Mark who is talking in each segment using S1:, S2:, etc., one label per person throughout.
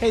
S1: Hey,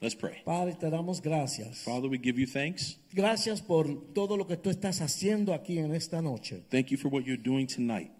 S2: Let's pray.
S3: Padre, te damos gracias.
S2: Father, we give you thanks.
S3: Gracias por todo lo que tú estás haciendo aquí en esta noche.
S2: Thank you for what you're doing tonight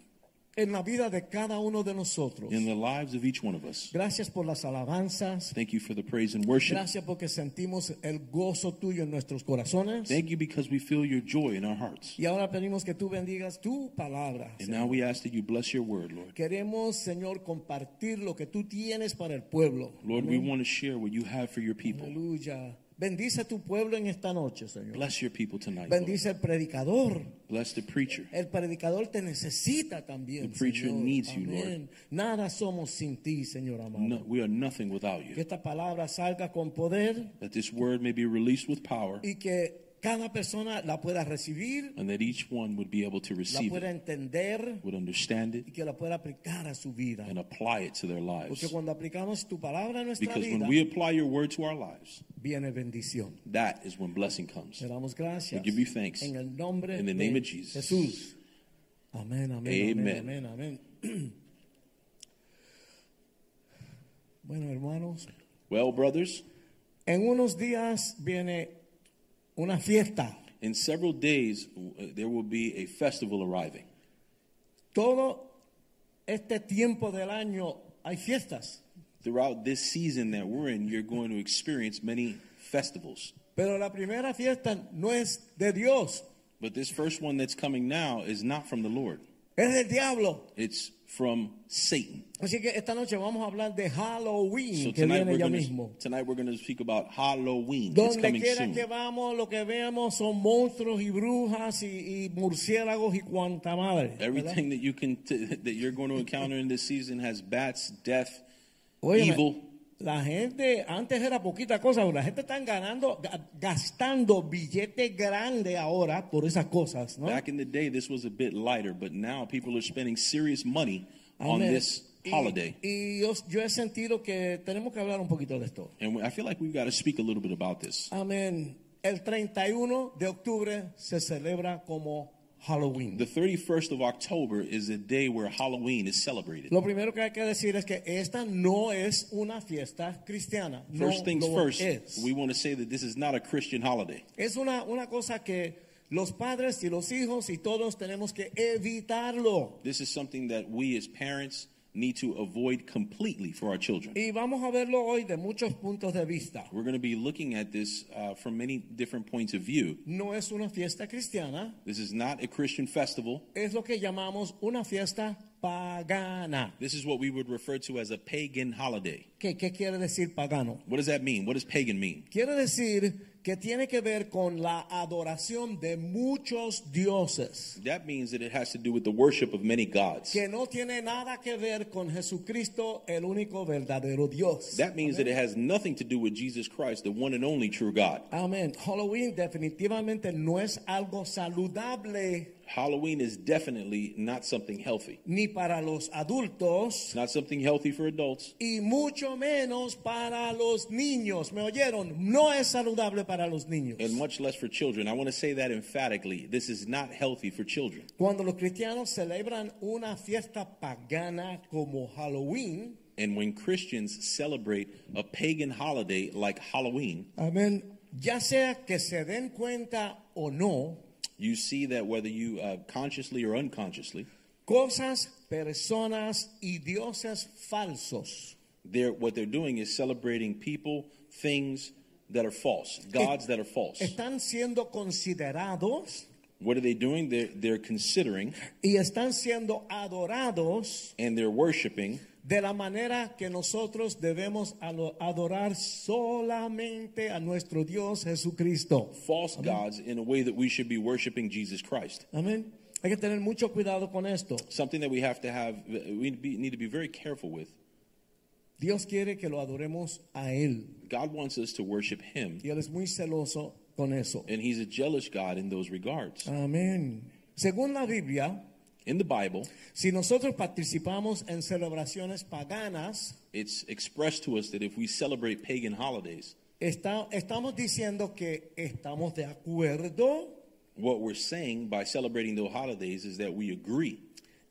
S3: En la vida de cada uno de nosotros.
S2: in the lives of each one of us.
S3: Gracias por las alabanzas.
S2: Thank you for the praise and worship.
S3: Gracias porque sentimos el gozo tuyo en nuestros corazones.
S2: Thank you because we feel your joy in our hearts.
S3: Y ahora pedimos que tú bendigas tu palabra.
S2: And now we ask that you bless your word, Lord.
S3: Queremos, Señor, compartir lo que tú tienes para el pueblo.
S2: Lord, we want to share what you have for your people.
S3: Aleluya. Bendice a tu pueblo en esta noche, Señor.
S2: Bless your people tonight. Lord.
S3: Bendice al predicador.
S2: Bless the preacher.
S3: El predicador te necesita también.
S2: The preacher
S3: Señor.
S2: needs you,
S3: Amén. Nada somos sin ti, Señor amado.
S2: No, we are nothing without
S3: Que
S2: you.
S3: esta palabra salga con poder
S2: That this word may be released with power
S3: y que cada persona la pueda recibir,
S2: and that each one would be able to
S3: la
S2: receive
S3: pueda
S2: it,
S3: entender
S2: would understand
S3: y
S2: it,
S3: que la pueda aplicar a su vida.
S2: and apply it to their lives.
S3: Porque cuando aplicamos tu palabra a nuestra
S2: Because
S3: vida,
S2: when we apply your word to our lives,
S3: viene bendición.
S2: that is when blessing comes.
S3: Te damos gracias.
S2: We give you thanks.
S3: En el nombre
S2: In the
S3: de
S2: name of Jesus.
S3: Jesús. Amén, amén, amén,
S2: Amen.
S3: amén, amén. Bueno, hermanos,
S2: Well, brothers,
S3: en unos días viene una fiesta.
S2: In several days, uh, there will be a festival arriving.
S3: Todo este tiempo del año hay fiestas,
S2: Throughout this season that we're in, you're going to experience many festivals.
S3: pero la primera fiesta no es de Dios,
S2: But this first one that's coming now is not from the Lord,
S3: es del diablo.
S2: it's from Satan.
S3: Así que esta noche vamos a hablar de Halloween,
S2: So
S3: que
S2: tonight
S3: viene
S2: we're,
S3: ya
S2: gonna,
S3: mismo.
S2: tonight we're gonna speak about Halloween. It's
S3: Donde
S2: coming
S3: quiera
S2: soon.
S3: que vamos, lo que veamos son monstruos y brujas y, y murciélagos y cuanta madre. ¿verdad?
S2: Everything that you can t- that you're going to encounter in this season has bats, death,
S3: Óyeme,
S2: evil.
S3: La gente, antes era poquita cosa, pero la gente está ganando, ga- gastando billetes grandes ahora por esas cosas, ¿no?
S2: Back in the day, this was a bit lighter, but now people are spending serious money on
S3: Amén.
S2: this
S3: Y-
S2: holiday.
S3: Y, yo, yo he sentido que tenemos que hablar un poquito de esto.
S2: And we- I feel like we've got to speak a little bit about this.
S3: Amén. El 31 de octubre se celebra como Halloween.
S2: The 31st of October is a day where Halloween is celebrated.
S3: Lo primero que hay que decir es que esta no es una fiesta cristiana. No
S2: First things
S3: lo
S2: first,
S3: es.
S2: we want to say that this is not a Christian holiday.
S3: Es una, una cosa que los padres y los hijos y todos tenemos que evitarlo.
S2: This is something that we as parents need to avoid completely for our children.
S3: Y vamos a verlo hoy de muchos puntos de vista.
S2: We're going to be looking at this uh, from many different points of view.
S3: No es una fiesta cristiana,
S2: This is not a Christian festival.
S3: es lo que llamamos una fiesta pagana.
S2: This is what we would refer to as a pagan holiday.
S3: ¿Qué, qué quiere decir pagano?
S2: What does that mean? What does pagan mean?
S3: Quiere decir que tiene que ver con la adoración de muchos dioses,
S2: That means that it has to do with the worship of many gods.
S3: que no tiene nada que ver con Jesucristo, el único verdadero Dios.
S2: That means that it has nothing to do with Jesus Christ, the one and only true God.
S3: Amén. Halloween definitivamente no es algo saludable
S2: Halloween is definitely not something healthy.
S3: ni para los adultos
S2: It's not something healthy for adults,
S3: y mucho menos para los niños. ¿Me oyeron? No es saludable para los niños.
S2: and much less for children. I want to say that emphatically. This is not healthy for children.
S3: Cuando los cristianos celebran una fiesta pagana como Halloween,
S2: And when Christians celebrate a pagan holiday like Halloween,
S3: Amén. Ya sea que se den cuenta o no,
S2: you see that whether you uh, consciously or unconsciously,
S3: cosas, personas y dioses falsos
S2: they're, what they're doing is celebrating people, things that are false, gods that are false.
S3: están siendo considerados
S2: What are they doing? They're, they're considering
S3: y están siendo adorados
S2: and they're worshiping
S3: de la manera que nosotros debemos alo- adorar solamente a nuestro Dios Jesucristo.
S2: false gods in a way that we should be worshiping Jesus Christ.
S3: Amén. Hay que tener mucho cuidado con esto.
S2: something that we have to have we be- need to be very careful with
S3: Dios quiere que lo adoremos a Él.
S2: God wants us to worship Him,
S3: Y Él es muy celoso con eso.
S2: and He's a jealous God in those regards.
S3: Amén. Según la Biblia,
S2: In the Bible,
S3: si nosotros participamos en celebraciones paganas,
S2: it's expressed to us that if we celebrate pagan holidays,
S3: está- estamos diciendo que estamos de acuerdo
S2: what we're saying by celebrating those holidays is that we agree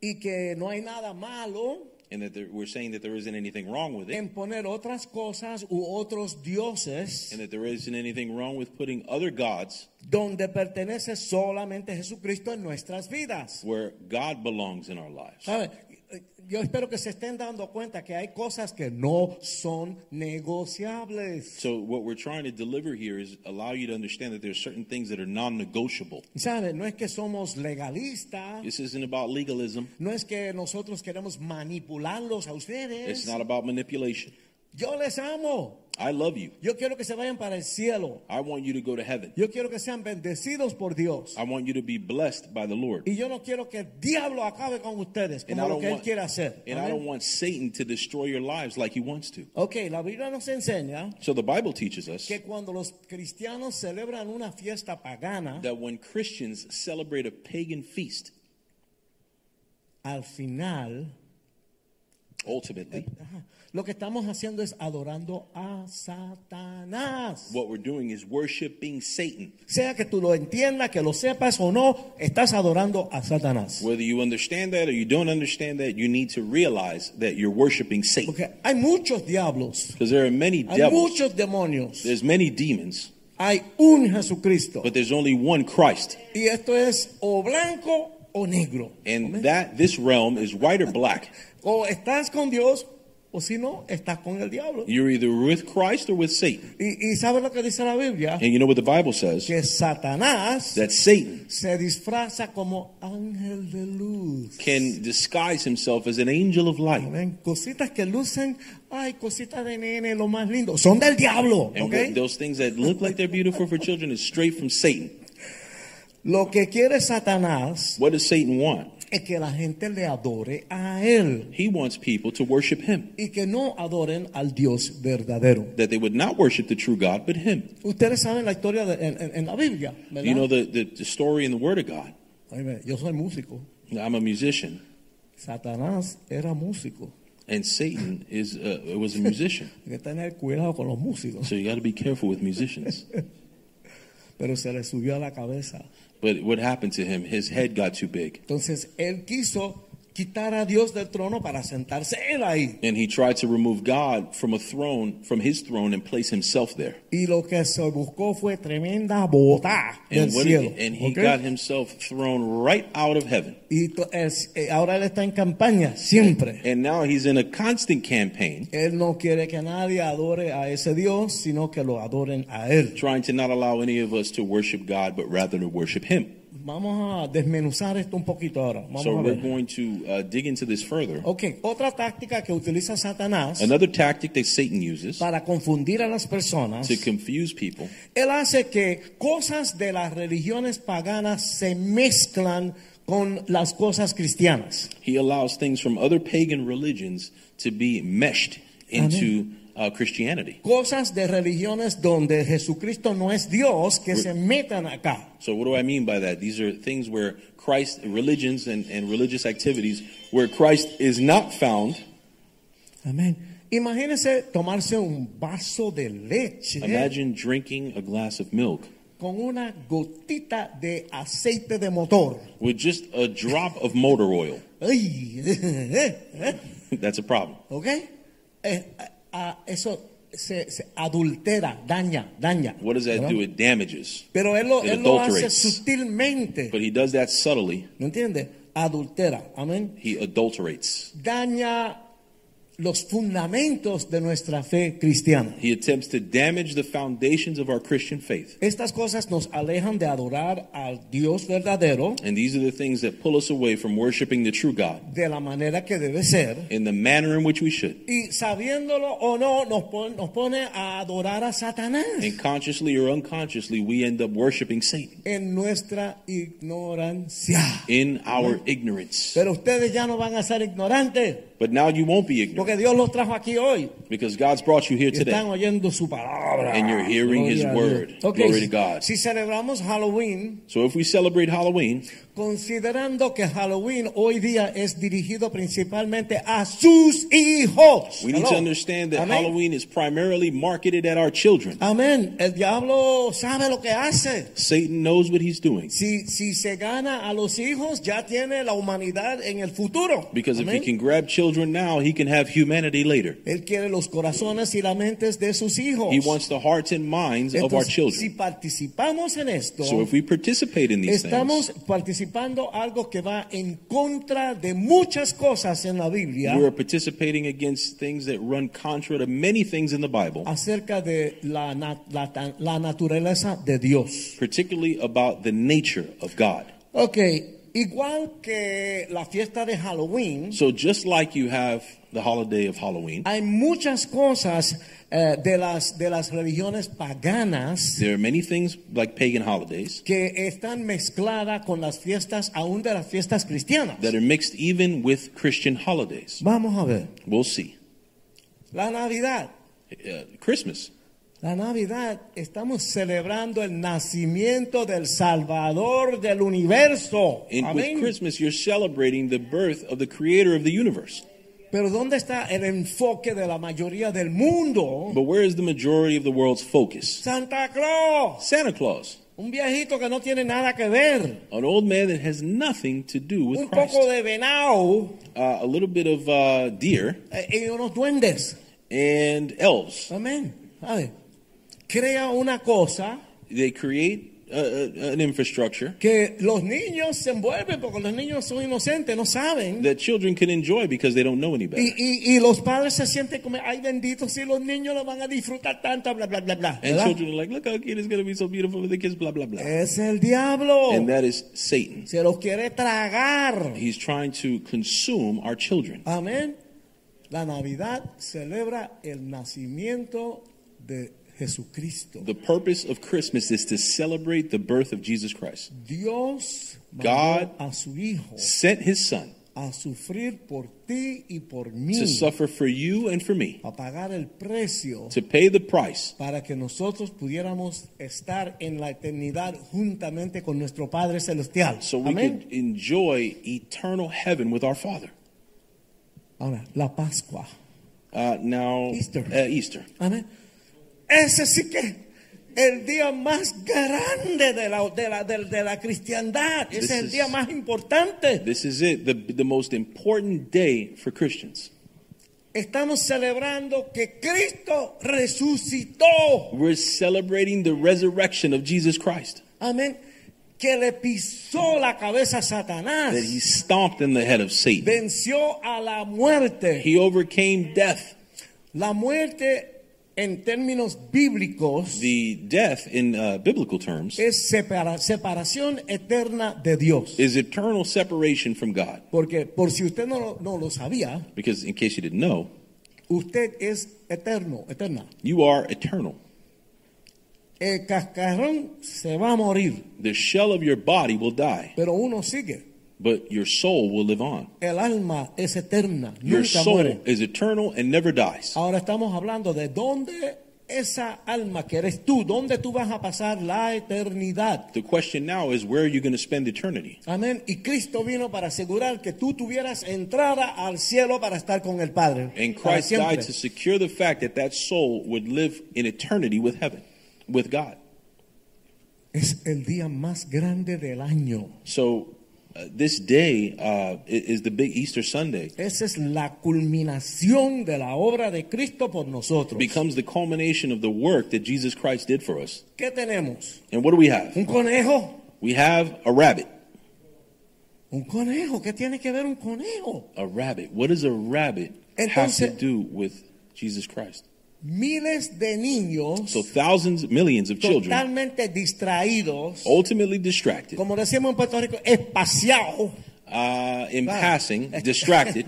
S3: y que no hay nada malo
S2: and that there, we're saying that there isn't anything wrong with it
S3: en poner otras cosas u otros dioses
S2: and that there isn't anything wrong with putting other gods
S3: donde pertenece solamente Jesucristo en nuestras vidas.
S2: where God belongs in our lives.
S3: ¿Sabe? Yo espero que se estén dando cuenta que hay cosas que no son negociables.
S2: So what we're trying to deliver here is allow you to understand that there's certain things that are non-negotiable.
S3: ¿Sabe? No es que somos legalistas,
S2: This isn't about legalism.
S3: no es que nosotros queremos manipularlos a
S2: It's
S3: ustedes.
S2: not about manipulation.
S3: Yo les amo.
S2: I love you.
S3: Yo quiero que se vayan para el cielo.
S2: I want you to go to heaven.
S3: Yo quiero que sean bendecidos por Dios.
S2: I want you to be blessed by the Lord.
S3: Y yo no quiero que el diablo acabe con ustedes,
S2: And I
S3: como lo
S2: don't
S3: que él
S2: want,
S3: quiere hacer.
S2: and I
S3: Amén.
S2: don't want Satan to destroy your lives like he wants to.
S3: Ok, la Biblia nos enseña
S2: So the Bible teaches us
S3: que cuando los cristianos celebran una fiesta pagana,
S2: that when Christians celebrate a pagan feast,
S3: al final
S2: ultimately,
S3: ajá, lo que estamos haciendo es adorando a Satanás.
S2: what we're doing is worshiping Satan.
S3: Sea que tú lo entiendas, que lo sepas o no, estás adorando a Satanás.
S2: Whether you understand that or you don't understand that, you need to realize that you're worshiping Satan.
S3: Porque hay muchos diablos,
S2: Because there are many
S3: hay
S2: devils,
S3: muchos demonios,
S2: there's many demons,
S3: hay un Jesucristo.
S2: but there's only one Christ.
S3: Y esto es o blanco o negro.
S2: And
S3: Amén.
S2: that this realm is white or black.
S3: O estás con Dios o si no, estás con el diablo.
S2: You're either with Christ or with Satan.
S3: Y, y ¿sabes lo que dice la Biblia?
S2: And you know what the Bible says?
S3: Que Satanás
S2: That Satan
S3: se disfraza como ángel de luz.
S2: can disguise himself as an angel of light.
S3: Amén. Cositas que lucen, ay, cositas de nene, lo más lindo. Son del diablo,
S2: And
S3: ¿ok?
S2: what- those things that look like they're beautiful for children is straight from Satan.
S3: Lo que quiere Satanás
S2: What does Satan want?
S3: es que la gente le adore a él
S2: He wants people to worship him.
S3: y que no adoren al Dios verdadero.
S2: That they would not worship the true God, but him.
S3: Ustedes saben la historia de- en, en- en la Biblia, ¿verdad?
S2: You know the, the, the story in the Word of God.
S3: Ay, ve, Yo soy músico.
S2: I'm a musician,
S3: Satanás era músico.
S2: and Satan is uh, was a musician.
S3: Hay que tener cuidado con los músicos.
S2: So you got to be careful with musicians.
S3: Pero se le subió a la cabeza.
S2: But what happened to him? His head got too big,
S3: Entonces él quiso quitar a Dios del trono para sentarse él ahí.
S2: and he tried to remove God from a throne, from his throne, and place himself there.
S3: Y lo que se buscó fue tremenda bota del
S2: And, what did-
S3: cielo.
S2: and he
S3: ¿ok?
S2: got himself thrown right out of heaven.
S3: Y to- es- eh, ahora él está en campaña, siempre.
S2: And now he's in a constant campaign,
S3: Él no quiere que nadie adore a ese Dios, sino que lo adoren a él.
S2: trying to not allow any of us to worship God, but rather to worship him.
S3: Vamos a desmenuzar esto un poquito ahora. Vamos
S2: So
S3: a
S2: we're
S3: ver.
S2: going to uh, dig into this further.
S3: Ok, otra táctica que utiliza Satanás
S2: Another tactic that Satan uses
S3: para confundir a las personas,
S2: to confuse people
S3: él hace que cosas de las religiones paganas se mezclan con las cosas cristianas.
S2: He allows things from other pagan religions to be meshed into uh, Christianity.
S3: Cosas de religiones donde Jesucristo no es Dios que se metan acá.
S2: So, what do I mean by that? These are things where Christ, religions, and, and religious activities where Christ is not found.
S3: Amén. Imagínense tomarse un vaso de leche
S2: Imagine drinking a glass of milk
S3: con una gotita de aceite de motor.
S2: with just a drop of motor oil.
S3: Ay,
S2: That's a problem.
S3: ¿Ok? Eh, a- a- eso se, se adultera, daña, daña.
S2: What does that
S3: ¿verdad?
S2: do? It damages.
S3: Pero él lo,
S2: It
S3: él lo hace
S2: adulterates.
S3: sutilmente.
S2: But he does that subtly.
S3: ¿Me entiendes? Adultera. Amén.
S2: He adulterates.
S3: Daña los fundamentos de nuestra fe cristiana.
S2: He attempts to damage the foundations of our Christian faith.
S3: Estas cosas nos alejan de adorar al Dios verdadero
S2: And these are the things that pull us away from worshiping the true God.
S3: de la manera que debe ser.
S2: in the manner in which we should.
S3: Y sabiéndolo o no, nos, pon- nos pone a adorar a Satanás
S2: And consciously or unconsciously, we end up worshiping Satan
S3: en nuestra ignorancia.
S2: in our ignorance.
S3: Pero ustedes ya no van a ser ignorantes,
S2: But now you won't be
S3: porque porque Dios los trajo aquí hoy.
S2: because God's brought you here
S3: Y están
S2: today.
S3: oyendo su palabra.
S2: And you're hearing his
S3: Gloria a Dios.
S2: word.
S3: Ok,
S2: Glory
S3: si-
S2: to God.
S3: Si celebramos Halloween,
S2: So if we celebrate Halloween,
S3: considerando que Halloween hoy día es dirigido principalmente a sus hijos.
S2: we need
S3: Hello.
S2: to understand that
S3: Amén.
S2: Halloween is primarily marketed at our children.
S3: Amén. El diablo sabe lo que hace.
S2: Satan knows what he's doing.
S3: Si, si se gana a los hijos, ya tiene la humanidad en el futuro.
S2: Because if he
S3: Amén.
S2: can grab children now, he can have humanity later.
S3: Él quiere los corazones y las mentes de sus hijos.
S2: He wants the hearts and minds of our
S3: Entonces, si
S2: children.
S3: participamos en esto,
S2: So if we participate in these
S3: estamos
S2: things,
S3: participando algo que va en contra de muchas cosas en la Biblia
S2: we are participating against things that run contra to many things in the
S3: Ah.
S2: Bible,
S3: acerca de la, na- la ta- la naturaleza de Dios.
S2: particularly about the nature of God.
S3: Ok, igual que la fiesta de Halloween,
S2: So just like you have the holiday of Halloween,
S3: hay muchas cosas eh, de, las, de las religiones paganas
S2: there are many things like pagan holidays
S3: que están mezcladas con las fiestas, aún de las fiestas cristianas.
S2: that are mixed even with Christian holidays.
S3: Vamos a ver.
S2: We'll see.
S3: La Navidad.
S2: Uh, Christmas.
S3: La Navidad estamos celebrando el nacimiento del Salvador del universo.
S2: In, with
S3: Amén.
S2: Christmas, you're celebrating the birth of the creator of the universe.
S3: Pero ¿dónde está el enfoque de la mayoría del mundo?
S2: But where is the majority of the world's focus?
S3: Santa Claus,
S2: Santa Claus,
S3: un viejito que no tiene nada que ver,
S2: an old man that has nothing to do
S3: un
S2: with Christ.
S3: poco de venado
S2: Uh, a little bit of uh, deer
S3: eh, y unos duendes.
S2: and elves.
S3: Amén. A ver, crea una cosa
S2: They create uh, uh, an infrastructure
S3: que los niños se envuelven porque los niños son inocentes, no saben.
S2: that children can enjoy because they don't know any better.
S3: Y, y, y los padres se sienten como, ay bendito, si los niños lo van a disfrutar tanto, bla, bla, bla, bla.
S2: And
S3: ¿verdad? Eh.
S2: children are like, look how cute it's going to be so beautiful with the kids, blah, blah, blah.
S3: Es el diablo.
S2: And that is Satan.
S3: se los quiere tragar.
S2: He's trying to consume our children.
S3: Amén. La Navidad celebra el nacimiento de Jesucristo.
S2: The purpose of Christmas is to celebrate the birth of Jesus Christ.
S3: Dios
S2: God
S3: mandó a su Hijo
S2: Sent his son
S3: a sufrir por ti y por
S2: to
S3: mí,
S2: suffer for you and for me,
S3: a pagar el precio
S2: to pay the price
S3: para que nosotros pudiéramos estar en la eternidad juntamente con nuestro Padre Celestial.
S2: so we
S3: Amén.
S2: could enjoy eternal heaven with our Father.
S3: Ahora, la Pascua.
S2: Uh, now,
S3: Easter.
S2: Uh, Easter.
S3: Amén. Ese sí que es el día más grande de la, de la, de, de la cristiandad. Ese es
S2: This
S3: el
S2: is-
S3: día más importante.
S2: This is it, the, the most important day for Christians.
S3: Estamos celebrando que Cristo resucitó.
S2: We're celebrating the resurrection of Jesus Christ,
S3: Amén. Que le pisó la cabeza a Satanás.
S2: that he stomped in the head of Satan.
S3: Venció a la muerte.
S2: He overcame death.
S3: La muerte en términos bíblicos
S2: The death, in uh, biblical terms,
S3: es separa- separación eterna de Dios.
S2: is eternal separation from God.
S3: Porque por si usted no, lo- no lo sabía,
S2: Because, in case you didn't know,
S3: Usted es eterno, eterna.
S2: you are eternal.
S3: El cascarrón se va a morir,
S2: The shell of your body will die,
S3: pero uno sigue.
S2: but your soul will live on.
S3: El alma es eterna,
S2: Your
S3: nunca
S2: soul
S3: muere.
S2: is eternal and never dies.
S3: Ahora estamos hablando de dónde esa alma que eres tú, dónde tú vas a pasar la eternidad.
S2: The question now is where are you going to spend eternity?
S3: Amén. Y Cristo vino para asegurar que tú tuvieras entrada al cielo para estar con el Padre.
S2: And
S3: para
S2: Christ
S3: siempre.
S2: died to secure the fact that that soul would live in eternity with heaven, with God.
S3: Es el día más grande del año.
S2: So uh, this day uh, i- is the big Easter Sunday.
S3: Esa es la culminación de la obra de Cristo por nosotros.
S2: Becomes the culmination of the work that Jesus Christ did for us.
S3: ¿Qué tenemos?
S2: And what do we have?
S3: ¿Un conejo?
S2: We have a rabbit.
S3: ¿Un conejo? ¿Qué tiene que ver un conejo?
S2: A rabbit. What does a rabbit have to
S3: Entonces-
S2: do with Jesus Christ?
S3: Miles de niños
S2: So thousands, millions of children Oh,
S3: totalmente distraídos,
S2: ultimately distracted,
S3: como decimos en Puerto Rico, espaciados,
S2: uh, in
S3: Wow.
S2: passing, distracted,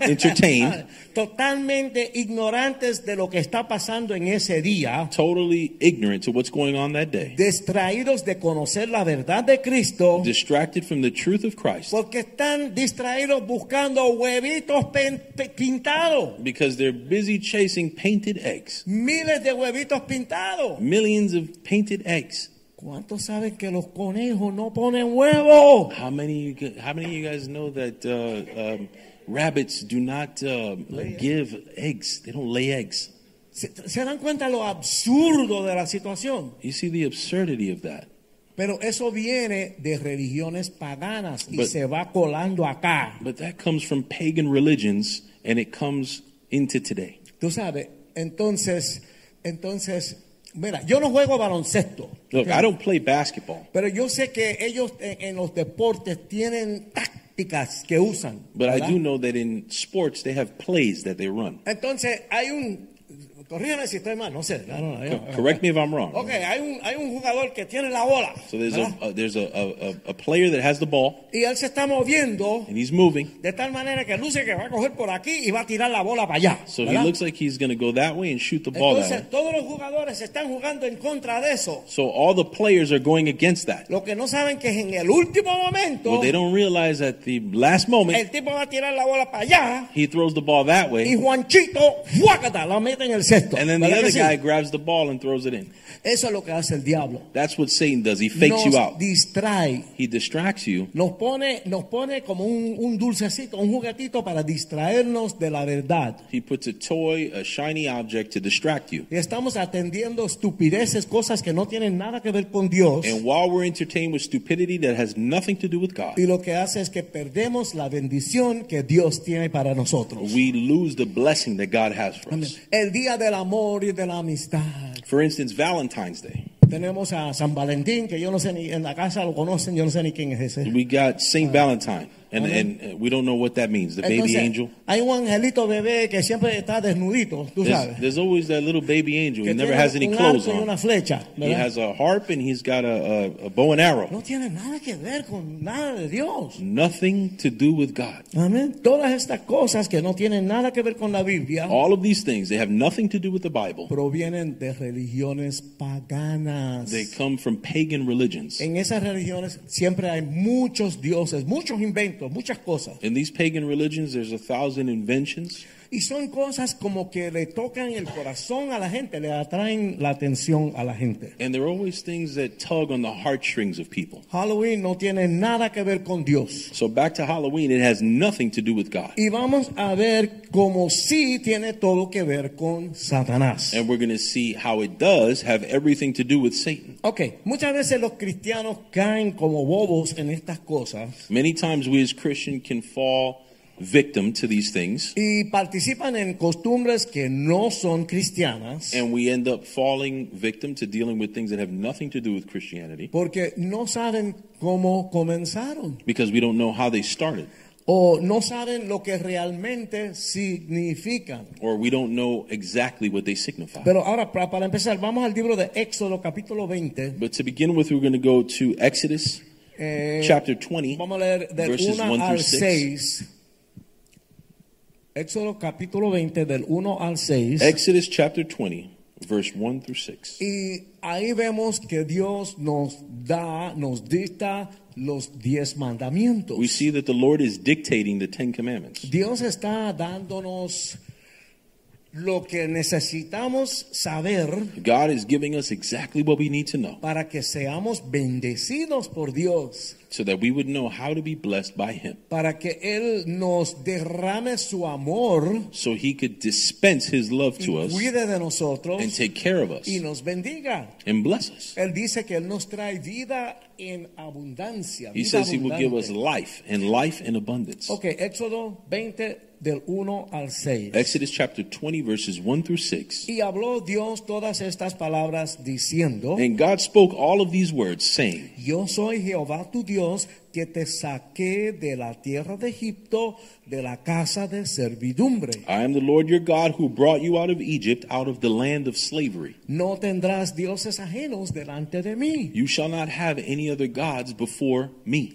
S3: ah,
S2: entertained,
S3: Totalmente ignorantes de lo que está pasando en ese día,
S2: totally ignorant to what's going on that day,
S3: distraídos de conocer la verdad de Cristo,
S2: distracted from the truth of Christ
S3: porque están distraídos buscando huevitos pen- pe- pintados,
S2: because they're busy chasing painted eggs,
S3: miles de huevitos pintados.
S2: millions of painted eggs.
S3: ¿Cuántos saben que los conejos no ponen huevos?
S2: How many? of you gu- How many of you guys know that uh, um, rabbits do not uh, give eggs? They don't lay eggs.
S3: ¿Se, se dan cuenta lo absurdo de la situación?
S2: You see the absurdity of that.
S3: Pero eso viene de religiones paganas y
S2: But-
S3: se va colando acá.
S2: But that comes from pagan religions, and it comes into today.
S3: Tú sabes, entonces, entonces, mira, yo no juego baloncesto,
S2: Look, I don't play basketball,
S3: pero yo sé que ellos en, en los deportes tienen tácticas que usan.
S2: but I
S3: ¿verdad?
S2: do know that in sports they have plays that they run.
S3: Entonces, hay un corrígeme si estoy mal, no sé. no, no, no, no.
S2: Correct me if I'm wrong.
S3: Ok, hay un, hay un jugador que tiene la bola.
S2: So there's a,
S3: ¿verdad?
S2: a there's a, a a- a player that has the ball
S3: y él se está moviendo
S2: and he's moving.
S3: de tal manera que luce que va a coger por aquí y va a tirar la bola para allá.
S2: So he
S3: ¿verdad?
S2: looks like he's going to go that way and shoot the ball that way.
S3: Entonces, todos los jugadores están jugando en contra de eso.
S2: So all the players are going against that.
S3: Lo que no saben que es en el último momento
S2: What they don't realize at the last moment
S3: El tipo va a tirar la bola para allá
S2: he throws the ball that
S3: y
S2: way,
S3: Juanchito, ¡fuácata! La mete en el cesto.
S2: and then the
S3: ¿Verdad que
S2: other
S3: sí?
S2: guy grabs the ball and throws it in.
S3: Eso es lo que hace el diablo.
S2: That's what Satan does. He fakes
S3: nos
S2: you out.
S3: distrae.
S2: He distracts you.
S3: Nos pone, nos pone como un, un dulcecito, un juguetito para distraernos de la verdad.
S2: He puts a toy, a shiny object to distract you.
S3: Y estamos atendiendo estupideces, cosas que no tienen nada que ver con Dios.
S2: And while we're entertained with stupidity that has nothing to do with God,
S3: Y lo que hace es que perdemos la bendición que Dios tiene para nosotros.
S2: we lose the blessing that God has for us.
S3: El día del amor y de la amistad.
S2: For instance, Valentine's Day.
S3: Tenemos a San Valentín, que yo no sé ni en la casa lo conocen, yo no sé ni quién es ese.
S2: We got Saint Valentine, and, and uh, we don't know what that means. The baby
S3: Entonces,
S2: angel.
S3: Hay un angelito bebé que siempre está desnudito, tú
S2: There's,
S3: sabes.
S2: there's always that little baby angel.
S3: que
S2: He never
S3: tiene
S2: has any
S3: un
S2: clothes
S3: arco y
S2: on.
S3: una flecha.
S2: He
S3: ¿verdad?
S2: has a harp and he's got a, a, a bow and arrow.
S3: No tiene nada que ver con nada de Dios.
S2: Nothing to do with God.
S3: Amén. Todas estas cosas que no tienen nada que ver con la Biblia
S2: All of these things, they have nothing to do with the Bible.
S3: provienen de religiones paganas.
S2: They come from pagan religions.
S3: En esas religiones siempre hay muchos dioses, muchos inventos, muchas cosas.
S2: In these pagan religions, there's a thousand inventions,
S3: Y son cosas como que le tocan el corazón a la gente, le atraen la atención a la gente.
S2: and there are always things that tug on the heartstrings of people.
S3: Halloween no tiene nada que ver con Dios.
S2: So back to Halloween, it has nothing to do with God.
S3: Y vamos a ver cómo sí tiene todo que ver con Satanás.
S2: And we're going to see how it does have everything to do with Satan.
S3: Ok, muchas veces los cristianos caen como bobos en estas cosas
S2: Many times we as Christian can fall victim to these things,
S3: y participan en costumbres que no son cristianas
S2: and we end up falling victim to dealing with things that have nothing to do with Christianity
S3: porque no saben cómo comenzaron
S2: because we don't know how they started,
S3: o no saben lo que realmente significan.
S2: or we don't know exactly what they signify.
S3: Pero ahora, para, para empezar, vamos al libro de Éxodo capítulo 20.
S2: But to begin with, we're going to go to Exodus
S3: Eh,
S2: chapter 20,
S3: Vamos a leer del
S2: verses 1
S3: 1
S2: through
S3: al
S2: 6.
S3: 6. Éxodo capítulo 20 del 1 al 6.
S2: Exodus chapter 20, verse 1 through 6.
S3: y ahí vemos que Dios nos da, nos dicta los 10 mandamientos.
S2: We see that the Lord is dictating the Ten Commandments.
S3: Dios está dándonos lo que necesitamos saber
S2: God is giving us exactly what we need to know
S3: para que seamos bendecidos por Dios,
S2: so that we would know how to be blessed by Him,
S3: para que Él nos derrame su amor,
S2: so He could dispense His love
S3: y
S2: to us
S3: cuide de nosotros
S2: and take care of us
S3: y nos bendiga.
S2: and bless us.
S3: Él dice que Él nos trae vida en abundancia.
S2: He
S3: vida
S2: says He will give us
S3: abundante.
S2: life and life in abundance.
S3: Ok, Éxodo 20 del 1 al 6.
S2: Exodus chapter 20, verses 1 through 6.
S3: y habló Dios todas estas palabras diciendo,
S2: And God spoke all of these words, saying,
S3: yo soy Jehová tu Dios que te saqué de la tierra de Egipto, de la casa de servidumbre.
S2: I am the Lord your God who brought you out of Egypt, out of the land of slavery.
S3: No tendrás dioses ajenos delante de mí.
S2: You shall not have any other gods before me.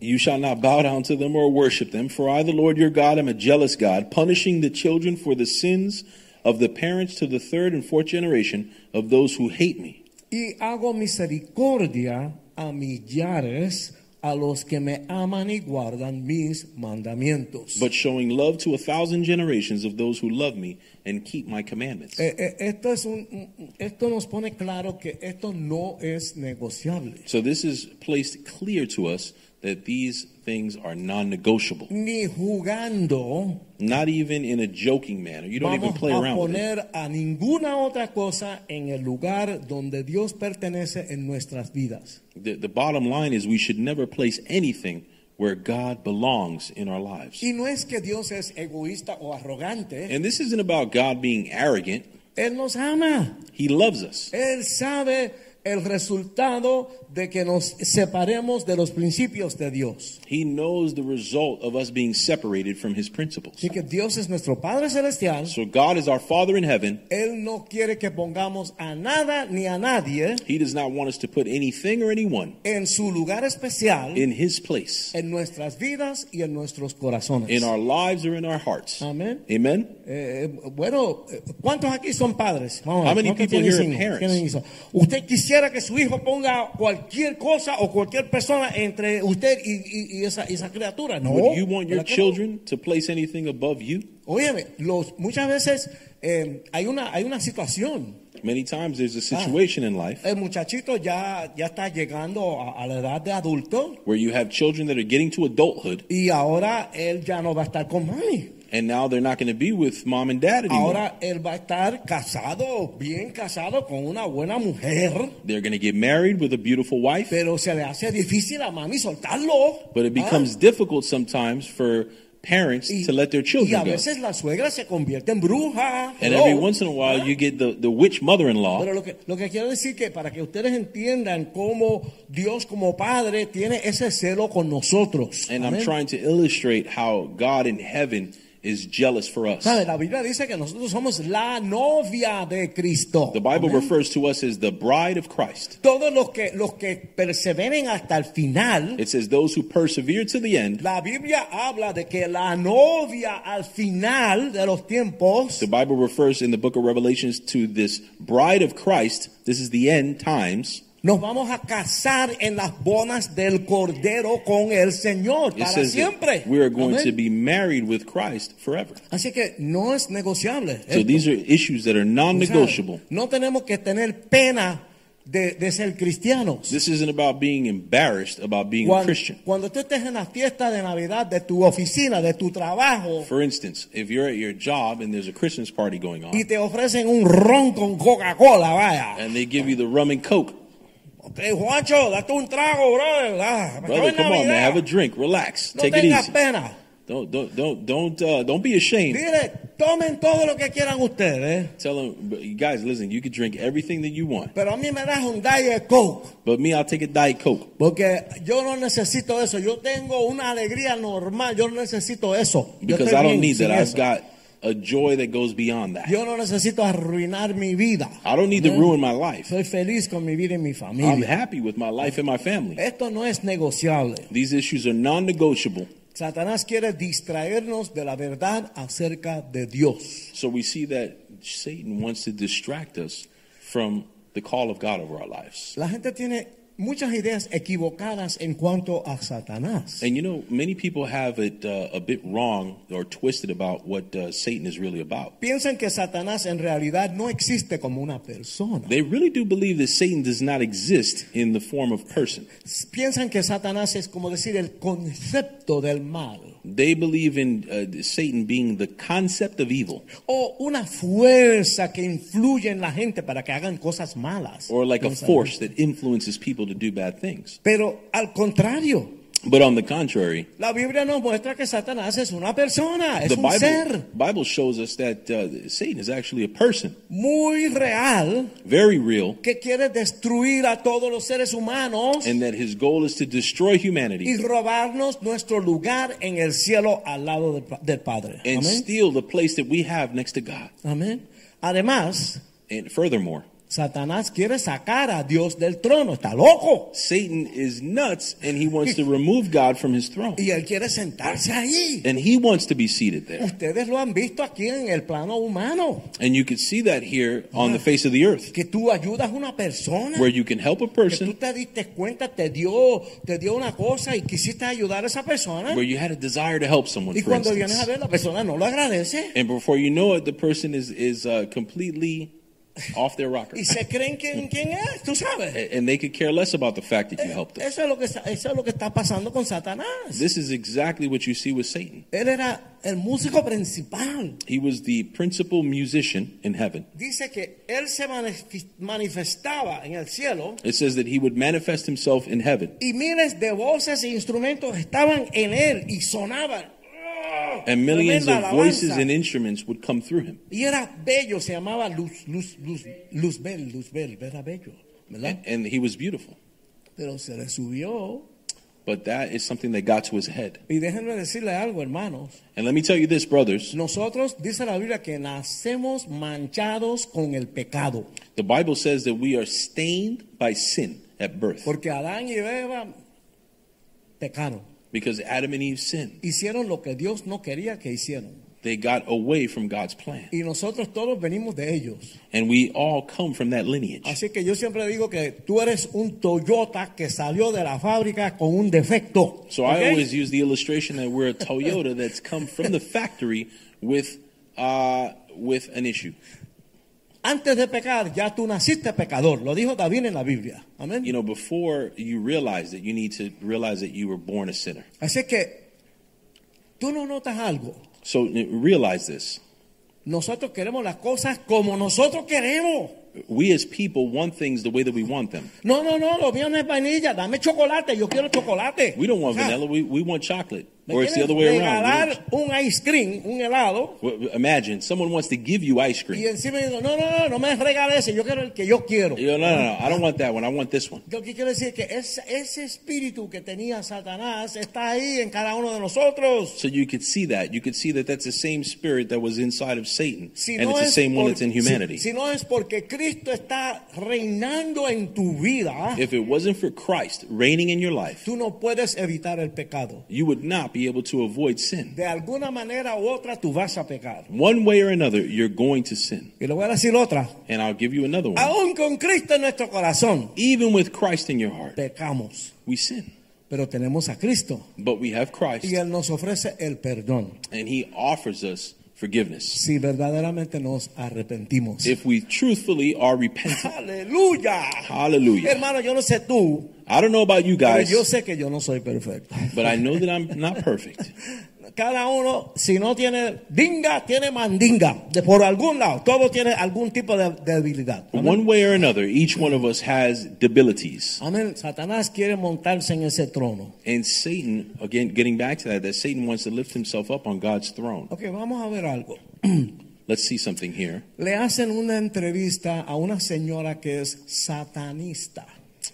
S2: You shall not bow down to them or worship them, for I, the Lord your God, am a jealous God, punishing the children for the sins of the parents to the third and fourth generation of those who hate me.
S3: Y hago misericordia a millares a los que me aman y guardan mis mandamientos.
S2: but showing love to a thousand generations of those who love me and keep my commandments.
S3: Eh, eh, esto, es un- un- esto nos pone claro que esto no es negociable.
S2: So this is placed clear to us that these things are non-negotiable.
S3: Ni jugando
S2: Not even in a joking manner. You don't even
S3: vamos
S2: play
S3: a
S2: around with it.
S3: poner a ninguna otra cosa en el lugar donde Dios pertenece en nuestras vidas.
S2: The, the bottom line is we should never place anything where God belongs in our lives.
S3: Y no es que Dios es egoísta o arrogante.
S2: And this isn't about God being arrogant.
S3: Él nos ama.
S2: He loves us.
S3: Él sabe el resultado de que nos separemos de los principios de Dios.
S2: He knows the result of us being separated from his principles.
S3: Así que Dios es nuestro Padre Celestial.
S2: So God is our Father in heaven.
S3: Él no quiere que pongamos a nada ni a nadie
S2: He does not want us to put anything or anyone
S3: en su lugar especial
S2: in his place.
S3: en nuestras vidas y en nuestros corazones.
S2: in our lives or in our hearts.
S3: Amén.
S2: Amen.
S3: Eh, bueno, eh, ¿cuántos aquí son padres? Vamos a
S2: How
S3: ver,
S2: many
S3: ¿cuántos
S2: people
S3: tienen
S2: here
S3: hijos?
S2: are parents?
S3: ¿Tienen hijos? Usted quisiera que su hijo ponga cualquier cosa o cualquier persona entre usted y, y- y esa, y esa criatura. No.
S2: Would you want your
S3: ¿Verdad que no?
S2: children to place anything above you?
S3: Óyeme, los, muchas veces eh, hay, una, hay una situación.
S2: Many times there's a situation in life
S3: El muchachito ya, ya está llegando a- a la edad de adulto.
S2: where you have children that are getting to adulthood
S3: Y ahora él ya no va a estar con mami.
S2: and now they're not going to be with mom and dad anymore.
S3: Ahora él va a estar casado, bien casado con una buena mujer.
S2: they're going to get married with a beautiful wife,
S3: Pero se le hace difícil a mami soltarlo.
S2: but it
S3: ¿ah?
S2: becomes difficult sometimes for parents
S3: Y-
S2: to let their
S3: y a
S2: children go.
S3: veces la suegra se convierte en bruja.
S2: And
S3: Hello.
S2: every once in a while
S3: ¿Ah?
S2: you get the, the witch mother-in-law
S3: Pero lo que, lo que quiero decir que para que ustedes entiendan cómo Dios como Padre tiene ese celo con nosotros.
S2: and I'm
S3: Amén.
S2: trying to illustrate how God in heaven is jealous for us.
S3: ¿Sabe? La Biblia dice que nosotros somos la novia de Cristo.
S2: The Bible
S3: Amén.
S2: refers to us as the bride of Christ.
S3: Todos los que, los que perseveren hasta el final,
S2: It says those who persevere to the end.
S3: la Biblia habla de que la novia al final de los tiempos
S2: The Bible refers in the book of Revelations to this bride of Christ. This is the end times.
S3: nos vamos a casar en las bodas del Cordero con el Señor
S2: It
S3: para
S2: says that
S3: siempre.
S2: we are going
S3: Amén.
S2: to be married with Christ forever.
S3: Así que no es negociable.
S2: So
S3: esto.
S2: these are issues that are
S3: O sea,
S2: non-negotiable.
S3: No tenemos que tener pena de, de ser cristianos.
S2: This isn't about being embarrassed about being a
S3: cuando,
S2: Christian.
S3: cuando tú estés en la fiesta de Navidad de tu oficina, de tu trabajo,
S2: For instance, if you're at your job and there's a Christmas party going
S3: y
S2: on
S3: te ofrecen un ron con Coca-Cola, vaya.
S2: and they give you the rum and coke,
S3: Ok, Juancho, date un trago, brother. Ah, me acabo
S2: brother,
S3: en
S2: come on, man,
S3: Navidad.
S2: have a drink, relax,
S3: no
S2: take it
S3: tengas
S2: easy.
S3: pena.
S2: Don't don't don't don't uh, don't be ashamed.
S3: Dile, tomen todo lo que quieran ustedes, eh.
S2: Tell them, guys, listen, you can drink everything that you want,
S3: pero a mí me das un Diet Coke.
S2: but me, I'll take a diet coke.
S3: Porque yo no necesito eso. Yo tengo una alegría normal. Yo no necesito eso. Yo
S2: Because
S3: estoy
S2: I
S3: bien
S2: don't need that.
S3: sin
S2: I've
S3: eso.
S2: got a joy that goes beyond that.
S3: Yo no necesito arruinar mi vida.
S2: I don't need to ruin my life.
S3: Soy feliz con mi vida y mi
S2: I'm
S3: familia.
S2: happy with my life and my family.
S3: Esto no es negociable.
S2: These issues are non negotiable.
S3: Satanás quiere distraernos de la verdad acerca de Dios.
S2: So we see that Satan wants to distract us from the call of God over our lives.
S3: La gente tiene muchas ideas equivocadas en cuanto a Satanás.
S2: And you know, many people have it uh, a bit wrong or twisted about what uh, Satan is really about.
S3: Piensan que Satanás en realidad no existe como una persona.
S2: They really do believe that Satan does not exist in the form of person.
S3: Piensan que Satanás es como decir el concepto del mal
S2: They believe in uh, Satan being the concept of evil.
S3: o una fuerza que influye en la gente para que hagan cosas malas.
S2: or like a
S3: Piensan.
S2: force that influences people to do bad things.
S3: Pero al contrario,
S2: But on the contrary,
S3: La Biblia nos muestra que Satanás es una persona, es
S2: the
S3: un
S2: Bible,
S3: ser
S2: Bible shows us that uh, Satan is actually a person,
S3: muy real
S2: very real,
S3: que quiere destruir a todos los seres humanos
S2: and that his goal is to destroy
S3: y
S2: humanity
S3: robarnos nuestro lugar en el cielo al lado del, pa- del Padre.
S2: and
S3: Amén.
S2: steal the place that we have next to God.
S3: Amén. Además,
S2: And furthermore,
S3: Satanás quiere sacar a Dios del trono, está loco.
S2: Satan is nuts and he wants to remove God from his throne.
S3: Y él quiere sentarse ahí.
S2: And he wants to be seated there.
S3: Ustedes lo han visto aquí en el plano humano,
S2: And you can see that here on the face of the earth,
S3: que tú ayudas a una persona.
S2: where you can help a
S3: que tú
S2: person,
S3: te diste cuenta, te dio, te dio una cosa y quisiste ayudar a esa persona.
S2: where you had a desire to help someone,
S3: Y
S2: for
S3: cuando vienes a
S2: instance.
S3: ver, la persona no lo agradece.
S2: And before you know it, the person is, is uh, completely off their rocker.
S3: Y se creen quién, quién es, tú sabes. Eh,
S2: And they could care less about the fact that eh, you helped them.
S3: Eso es, lo que, está- eso es lo que está pasando con Satanás.
S2: This is exactly what you see with Satan.
S3: Él era el músico principal.
S2: He was the principal musician in heaven.
S3: Dice que él se manif- manifestaba en el cielo
S2: It says that he would manifest himself in heaven,
S3: y miles de voces e instrumentos estaban en él y sonaban. ¡Oh!
S2: and millions
S3: Tremenda
S2: of voices
S3: alabanza.
S2: and instruments would come through him.
S3: Y era bello, se llamaba Luz, Luz, Luz, Luzbel, Luzbel, era bello, ¿verdad?
S2: And, and he was beautiful.
S3: Pero se le subió.
S2: But that is something that got to his head.
S3: Y déjenme decirle algo, hermanos.
S2: And let me tell you this, brothers.
S3: Nosotros, dice la Biblia, que nacemos manchados con el pecado.
S2: The Bible says that we are stained by sin at birth
S3: Porque Adán y Eva pecaron.
S2: because Adam and Eve sinned.
S3: Hicieron lo que Dios no quería que hicieran.
S2: They got away from God's plan.
S3: Y nosotros todos venimos de ellos.
S2: And we all come from that lineage.
S3: Así que yo siempre digo que tú eres un Toyota que salió de la fábrica con un defecto.
S2: So
S3: ¿ok?
S2: I always use the illustration that we're a Toyota that's come from the factory with, uh, with an issue.
S3: Antes de pecar, ya tú naciste pecador. Lo dijo David en la Biblia. Amén.
S2: You know, before you realize that, you need to realize that you were born a sinner.
S3: Así que tú no notas algo.
S2: So n- realize this.
S3: Nosotros queremos las cosas como nosotros queremos.
S2: We as people want things the way that we want them.
S3: No, no, no, lo mío no es vainilla, dame chocolate, yo quiero chocolate.
S2: We don't want
S3: O sea,
S2: vanilla, we, we want chocolate.
S3: me
S2: Or it's the
S3: quieren
S2: other way around. We want
S3: Regalar un ice cream, un helado,
S2: Well, imagine someone wants to give you ice
S3: y
S2: cream.
S3: encima digo, no, no, no, no me regales ese, yo quiero el que yo quiero.
S2: You go, no, no, no, I don't want that one. I want this one.
S3: Yo que quiero decir que ese, ese espíritu que tenía Satanás está ahí en cada uno de nosotros.
S2: So you could see that. You could see that that's the same spirit that was inside of Satan,
S3: Si
S2: and
S3: no
S2: it's the
S3: es
S2: same one
S3: por-
S2: that's in
S3: si-
S2: humanity.
S3: si no es porque Cristo está reinando en tu vida,
S2: If it wasn't for Christ reigning in your life,
S3: tú no puedes evitar el pecado.
S2: you would not be able to avoid sin.
S3: De alguna manera u otra tú vas a pecar.
S2: One way or another, you're going to sin.
S3: Y le voy a decir otra.
S2: And I'll give you another one.
S3: Aún con Cristo en nuestro corazón,
S2: Even with Christ in your heart,
S3: pecamos.
S2: we sin.
S3: Pero tenemos a Cristo.
S2: But we have Christ,
S3: Y Él nos ofrece el perdón.
S2: and He offers us forgiveness
S3: Si verdaderamente nos arrepentimos.
S2: if we truthfully are repentant.
S3: Aleluya.
S2: Hallelujah.
S3: Hermano, yo no sé tú,
S2: I don't know about you
S3: pero
S2: guys,
S3: yo sé que yo no soy perfecto.
S2: but I know that I'm not perfect.
S3: Cada uno, si no tiene dinga, tiene mandinga. De por algún lado, todo tiene algún tipo de debilidad. Amén.
S2: One way or another, each one of us has debilities.
S3: Amén. Satanás quiere montarse en ese trono.
S2: And Satan, again, getting back to that, that Satan wants to lift himself up on God's throne.
S3: Ok, vamos a ver algo.
S2: Let's see something here.
S3: Le hacen una entrevista a una señora que es satanista.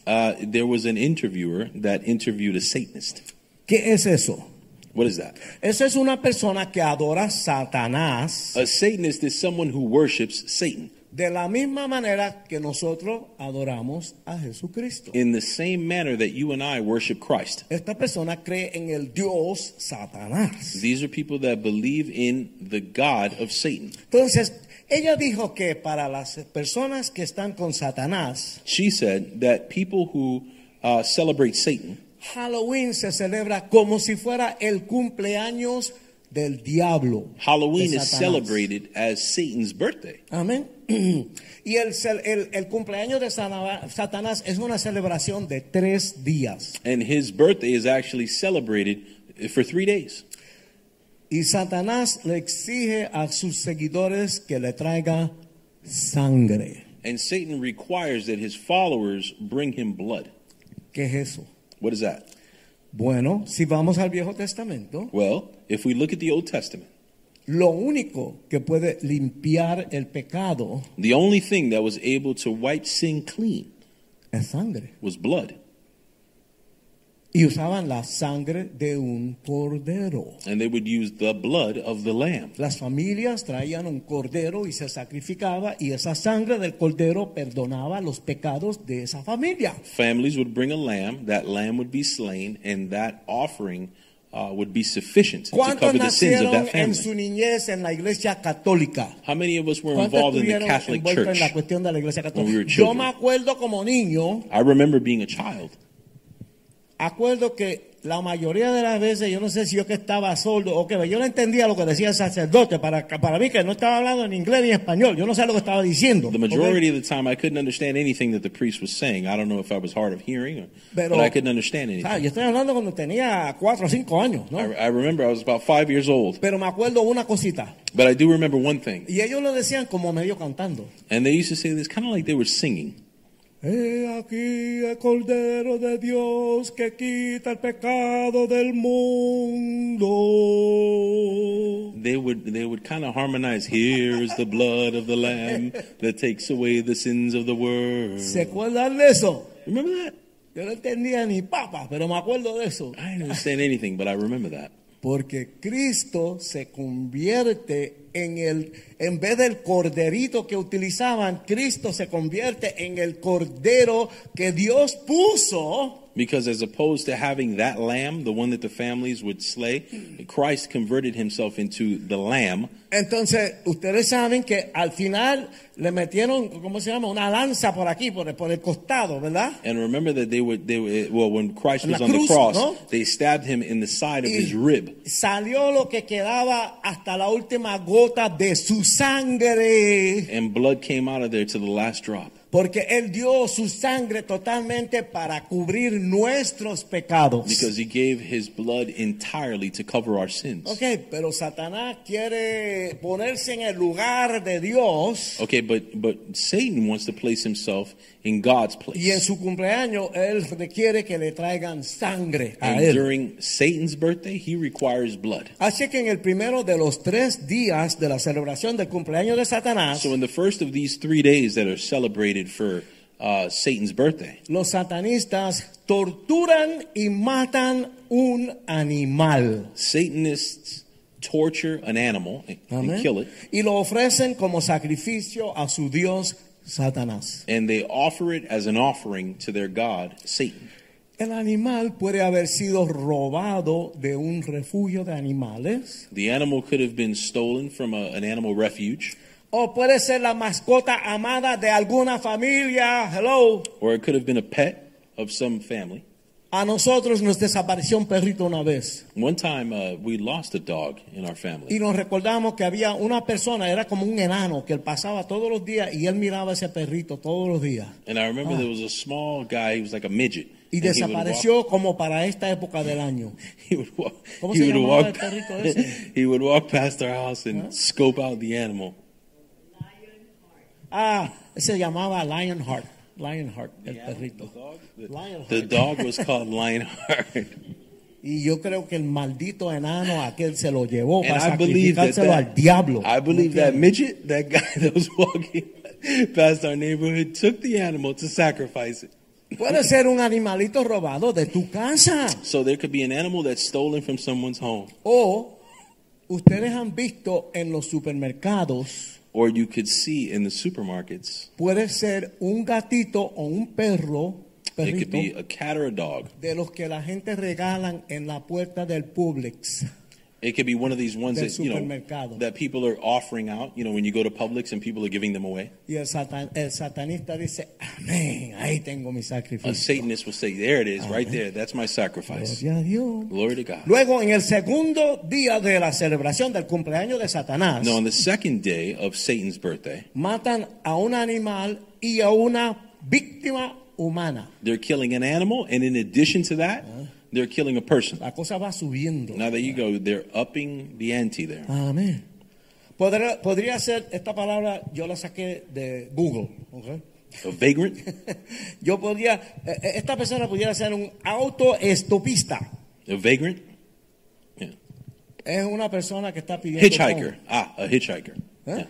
S2: Uh, there was an interviewer that interviewed a Satanist.
S3: ¿Qué es eso?
S2: What is that?
S3: Esa es una persona que adora a Satanás
S2: A Satanist is someone who worships Satan
S3: de la misma manera que nosotros adoramos a Jesucristo.
S2: in the same manner that you and I worship Christ.
S3: Esta persona cree en el Dios Satanás.
S2: These are people that believe in the God of Satan.
S3: Entonces, ella dijo que para las personas que están con Satanás,
S2: She said that people who uh, celebrate Satan,
S3: Halloween se celebra como si fuera el cumpleaños del diablo. de
S2: Halloween is
S3: Satanás.
S2: celebrated as Satan's birthday.
S3: Amén. Y el, cel- el- el cumpleaños de Sana- Satanás es una celebración de tres días.
S2: And his birthday is actually celebrated for three days.
S3: Y Satanás le exige a sus seguidores que le traiga sangre.
S2: And Satan requires that his followers bring him blood.
S3: ¿Qué es eso?
S2: What is that?
S3: Bueno, si vamos al Viejo Testamento,
S2: Well, if we look at the Old Testament,
S3: lo único que puede limpiar el pecado
S2: the only thing that was able to wipe sin clean
S3: es sangre.
S2: was blood.
S3: Y usaban la sangre de un cordero.
S2: And they would use the blood of the lamb.
S3: Las familias traían un cordero y se sacrificaba y esa sangre del cordero perdonaba los pecados de esa familia.
S2: Families would bring a lamb, that lamb would be slain, and that offering uh, would be sufficient to
S3: ¿Cuántos
S2: cover the sins of
S3: nacieron
S2: that
S3: en su
S2: family.
S3: niñez en la iglesia católica?
S2: How many of us were
S3: ¿Cuántos
S2: involved in the
S3: estuvieron
S2: Catholic
S3: envueltos en la
S2: Church?
S3: cuestión de la iglesia
S2: when
S3: católica?
S2: we were
S3: Yo
S2: children?
S3: me acuerdo como niño,
S2: I remember being a child.
S3: acuerdo que la mayoría de las veces, yo no sé si yo que estaba sordo o que yo no entendía lo que decía el sacerdote, para, para mí que no estaba hablando en inglés ni español, yo no sé lo que estaba diciendo.
S2: The
S3: ¿ok?
S2: majority of the time, I couldn't understand anything that the priest was saying. I don't know if I was hard of hearing, or,
S3: Pero-
S2: but I couldn't understand
S3: Ah,
S2: anything.
S3: yo estoy hablando cuando tenía cuatro o cinco años, ¿no?
S2: I, I remember I was about five years old,
S3: Pero me acuerdo una cosita.
S2: but I do remember one thing.
S3: Y ellos lo decían como medio cantando.
S2: And they used to say this kind of like they were singing.
S3: He aquí el Cordero de Dios que quita el pecado del mundo.
S2: They would they would kind of harmonize. Here is the blood of the lamb that takes away the sins of the world.
S3: ¿Se acuerdan de eso?
S2: Remember that?
S3: Yo no entendía ni papa, pero me acuerdo de eso.
S2: I didn't understand anything, but I remember that.
S3: Porque Cristo se convierte en el, en vez del corderito que utilizaban, Cristo se convierte en el cordero que Dios puso
S2: Because as opposed to having that lamb, the one that the families would slay, Christ converted himself into the lamb.
S3: Entonces, ustedes saben que al final le metieron, ¿cómo se llama? Una lanza por aquí, por el, por el costado, ¿verdad?
S2: And remember that they would, they would well, when Christ
S3: En la
S2: was on the
S3: cruz,
S2: cross,
S3: ¿no?
S2: they stabbed him in the side of
S3: Y
S2: his rib.
S3: Salió lo que quedaba hasta la última gota de su sangre,
S2: And blood came out of there to the last drop.
S3: porque Él dio su sangre totalmente para cubrir nuestros pecados.
S2: Because he gave his blood entirely to cover our sins.
S3: ok, pero Satanás quiere ponerse en el lugar de Dios.
S2: Okay, but, but Satan wants to place himself in God's place.
S3: Y en su cumpleaños él requiere que le traigan sangre a
S2: and
S3: él.
S2: during Satan's birthday, he requires blood.
S3: Así que en el primero de los tres días de la celebración del cumpleaños de Satanás,
S2: So in the first of these three days that are celebrated for uh, Satan's birthday,
S3: los satanistas torturan y matan un animal.
S2: Satanists torture an animal and, and
S3: Amén.
S2: kill it,
S3: Y lo ofrecen como sacrificio a su dios Satanás.
S2: and they offer it as an offering to their god Satan.
S3: El animal puede haber sido robado de un refugio de animales
S2: The animal could have been stolen from a, an animal refuge,
S3: o puede ser la mascota amada de alguna familia. Hello.
S2: or it could have been a pet of some family.
S3: A nosotros nos desapareció un perrito una vez
S2: One time, uh, we lost a dog in our family.
S3: y nos recordamos que había una persona, era como un enano, que él pasaba todos los días y él miraba a ese perrito todos los días.
S2: And I remember there was a small guy, he was like a midget.
S3: Ah. Y
S2: and he would walk-
S3: desapareció como para esta época del año.
S2: He would walk.
S3: ¿Cómo
S2: He
S3: se
S2: would
S3: llamaba
S2: walk,
S3: el perrito ese?
S2: he would walk past our house and scope out the animal.
S3: Ah, se llamaba Lionheart. Lionheart, el perrito. Lionheart.
S2: The dog was called Lionheart,
S3: Y yo creo que el maldito enano aquel se lo llevó
S2: and
S3: para
S2: I believe that,
S3: sacrificárselo al
S2: that
S3: diablo.
S2: I believe that
S3: ¿Entiendes?
S2: midget, that guy that was walking past our neighborhood, took the animal to sacrifice it.
S3: Puede ser un animalito robado de tu casa.
S2: So there could be an animal that's stolen from someone's home,
S3: O ustedes han visto en los supermercados,
S2: or you could see in the supermarkets.
S3: puede ser un gatito o un perro,
S2: It
S3: perrito,
S2: could be a cat or a dog.
S3: de los que la gente regalan en la puerta del Publix.
S2: It could be one of these ones
S3: Del
S2: that you know
S3: supermercado.
S2: that people are offering out. You know, when you go to Publix and people are giving them away.
S3: Y el, satan- el satanista dice, amén, ahí tengo mi
S2: A
S3: sacrificio.
S2: Satanist will say, "There it is, right there. That's my sacrifice."
S3: Gloria a Dios.
S2: Glory to God.
S3: Luego, en el segundo día de la celebración del cumpleaños de Satanás,
S2: Now, on the second day of Satan's birthday,
S3: matan a un animal y a una víctima humana.
S2: they're killing an animal, and in addition to that, they're killing a person.
S3: La cosa va subiendo.
S2: Now that you go, they're upping the ante there.
S3: Amén. Podría, podría ser, esta palabra yo la saqué de Google. ¿ok? e,
S2: A vagrant,
S3: Yo podría, eh, eh, esta persona pudiera ser un autoestopista.
S2: A vagrant? Yeah.
S3: Es una persona que está pidiendo.
S2: Hitchhiker. Ah, a hitchhiker.
S3: ¿Eh?
S2: Yeah.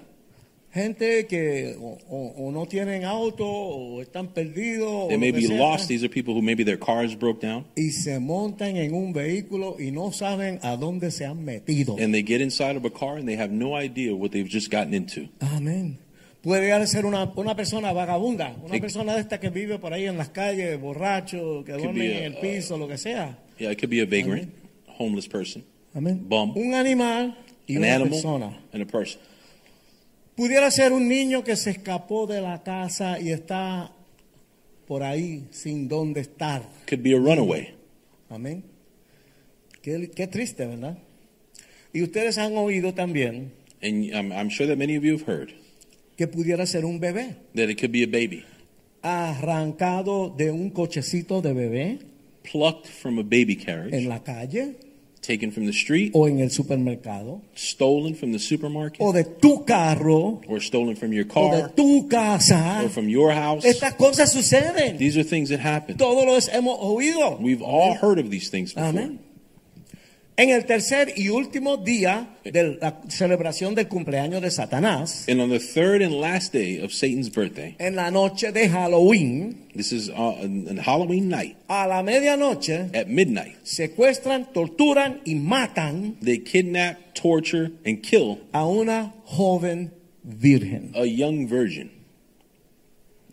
S3: Gente que o, o- o no tienen auto o están perdidos. o
S2: They
S3: lo
S2: may
S3: que
S2: be
S3: sea,
S2: lost. These are people who maybe their cars broke down
S3: Y se montan en un vehículo y no saben a dónde se han metido.
S2: and they get inside of a car and they have no idea what they've just gotten into.
S3: Amén. Puede llegar a ser una, una persona vagabunda, una
S2: Sí.
S3: persona de esta que vive por ahí en las calles, borracho, que
S2: be
S3: duerme en el
S2: a-
S3: piso, lo que sea.
S2: Yeah, it could be a vagrant, a homeless person,
S3: Amén.
S2: Bum.
S3: Un animal y
S2: an
S3: una
S2: animal,
S3: persona.
S2: and a person.
S3: Pudiera ser un niño que se escapó de la casa y está por ahí sin dónde estar.
S2: Could be a runaway.
S3: Amén. Qué, qué triste, ¿verdad? Y ustedes han oído también
S2: And I'm, I'm sure that many of you have heard
S3: que pudiera ser un bebé
S2: that it could be a baby
S3: arrancado de un cochecito de bebé
S2: plucked from a baby carriage,
S3: en la calle
S2: taken from the street,
S3: o en el supermercado
S2: stolen from the supermarket,
S3: o de tu carro
S2: or stolen from your
S3: o de
S2: car,
S3: tu casa.
S2: or from your house.
S3: Estas cosas suceden.
S2: These are things that happen.
S3: Todos los hemos oído.
S2: We've all heard of these things before.
S3: Amén. En el tercer y último día de la celebración del cumpleaños de Satanás,
S2: And on the third and last day of Satan's birthday,
S3: en la noche de Halloween,
S2: this is uh, on on Halloween night
S3: a la medianoche,
S2: at midnight,
S3: secuestran, torturan y matan
S2: they kidnap, torture, and kill
S3: a una joven virgen.
S2: a young virgin.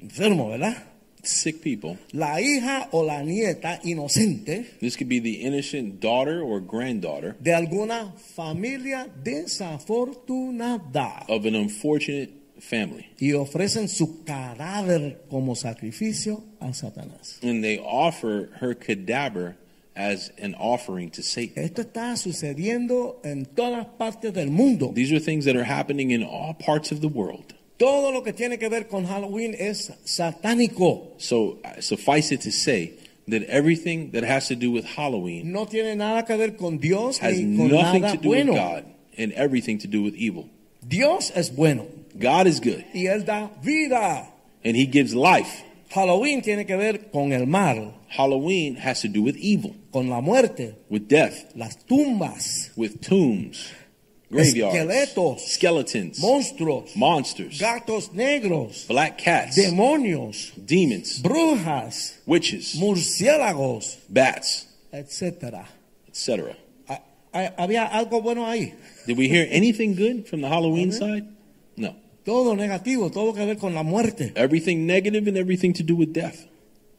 S3: Enfermo, ¿verdad?
S2: Sick people.
S3: La hija o la nieta inocente
S2: This could be the innocent daughter or granddaughter
S3: de alguna familia desafortunada.
S2: of an unfortunate family.
S3: Y ofrecen su cadáver como sacrificio a Satanás.
S2: And they offer her cadaver as an offering to Satan.
S3: Esto está sucediendo en todas partes del mundo.
S2: These are things that are happening in all parts of the world.
S3: Todo lo que tiene que ver con Halloween es satánico.
S2: So uh, suffice it to say that everything that has to do with Halloween
S3: No tiene nada que ver con Dios
S2: has
S3: ni con
S2: nothing
S3: nada
S2: to do
S3: bueno.
S2: with God and everything to do with evil.
S3: Dios es bueno
S2: God is good
S3: y Él da vida.
S2: and he gives life.
S3: Halloween tiene que ver con el mal,
S2: Halloween has to do with evil,
S3: con la muerte,
S2: with death,
S3: las tumbas,
S2: with tombs, graveyards,
S3: Esqueletos.
S2: skeletons,
S3: monstruos,
S2: monsters,
S3: gatos negros,
S2: black cats,
S3: demonios,
S2: demons,
S3: brujas,
S2: witches,
S3: murciélagos,
S2: bats,
S3: etcétera.
S2: etc.
S3: Ah, ah, Había algo bueno ahí.
S2: Did we hear anything good from the Halloween side? No.
S3: Todo negativo, todo que ver con la muerte.
S2: Everything negative and everything to do with death.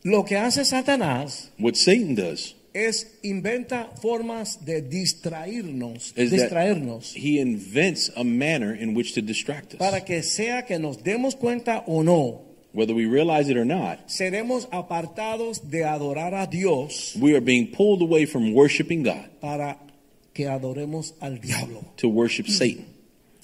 S3: Lo que hace Satanás
S2: What Satan does
S3: es inventa formas de distraernos,
S2: is
S3: distraernos,
S2: that he invents a manner in which to distract us.
S3: para que sea que nos demos cuenta o no,
S2: Whether we realize it or not,
S3: seremos apartados de adorar a Dios
S2: we are being pulled away from worshiping God
S3: para que adoremos al diablo.
S2: to worship Satan.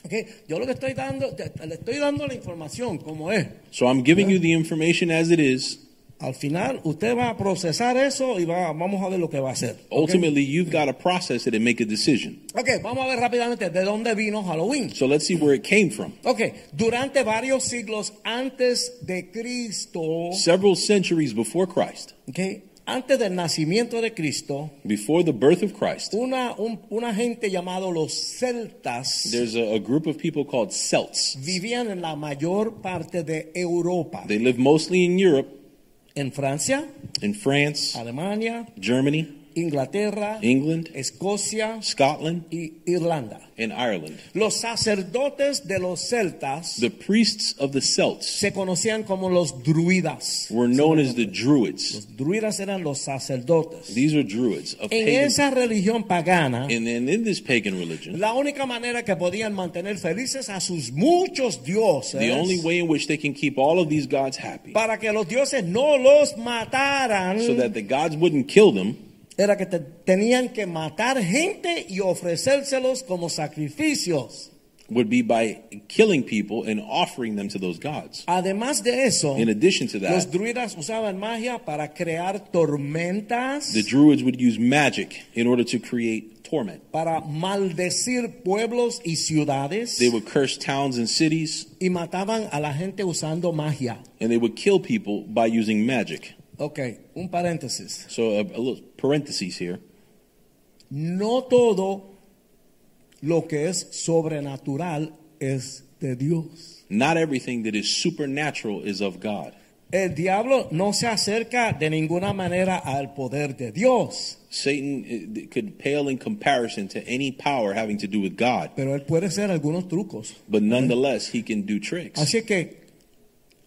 S3: ¿Ok? Yo lo que estoy dando, te- te- le estoy dando la información como es.
S2: So I'm giving you the information as it is.
S3: Al final usted va a procesar eso y va- vamos a ver lo que va a hacer. ¿ok?
S2: Ultimately, you've got to process it and make a decision.
S3: ok, vamos a ver rápidamente de dónde vino Halloween.
S2: So let's see where it came from.
S3: Ok, durante varios siglos antes de Cristo,
S2: Several centuries before Christ,
S3: ok, antes del nacimiento de Cristo,
S2: before the birth of Christ,
S3: una, un- una gente llamado los celtas
S2: there's a, a group of people called Celts.
S3: vivían en la mayor parte de Europa,
S2: They live mostly in Europe,
S3: en Francia,
S2: in
S3: Uh.
S2: France,
S3: Alemania,
S2: Germany,
S3: Inglaterra,
S2: England,
S3: Escocia
S2: Scotland,
S3: y Irlanda.
S2: and Ireland.
S3: Los sacerdotes de los celtas
S2: The priests of the Celts
S3: se conocían como los druidas.
S2: were known as the Druids.
S3: Los druidas eran los sacerdotes.
S2: These are Druids of
S3: En
S2: pagan.
S3: esa religión pagana,
S2: And then in this pagan religion,
S3: La única manera que podían mantener felices a sus muchos dioses
S2: the only way in which they can keep all of these gods happy,
S3: para que los dioses no los mataran
S2: so that the gods wouldn't kill them,
S3: era que te- tenían que matar gente y ofrecérselos como sacrificios.
S2: would be by killing people and offering them to those gods.
S3: Además de eso,
S2: In addition to
S3: los
S2: that,
S3: druidas usaban magia para crear tormentas,
S2: the Druids would use magic in order to create torment.
S3: para maldecir pueblos y ciudades
S2: They would curse towns and cities,
S3: y mataban a la gente usando magia.
S2: and they would kill people by using magic.
S3: Ok, un paréntesis.
S2: So, a, a little parentheses here.
S3: No todo lo que es sobrenatural es de Dios.
S2: Not everything that is supernatural is of God.
S3: El diablo no se acerca de ninguna manera al poder de Dios,
S2: Satan eh, could pale in comparison to any power having to do with God,
S3: pero él puede hacer algunos trucos.
S2: but nonetheless, he can do tricks.
S3: Así que,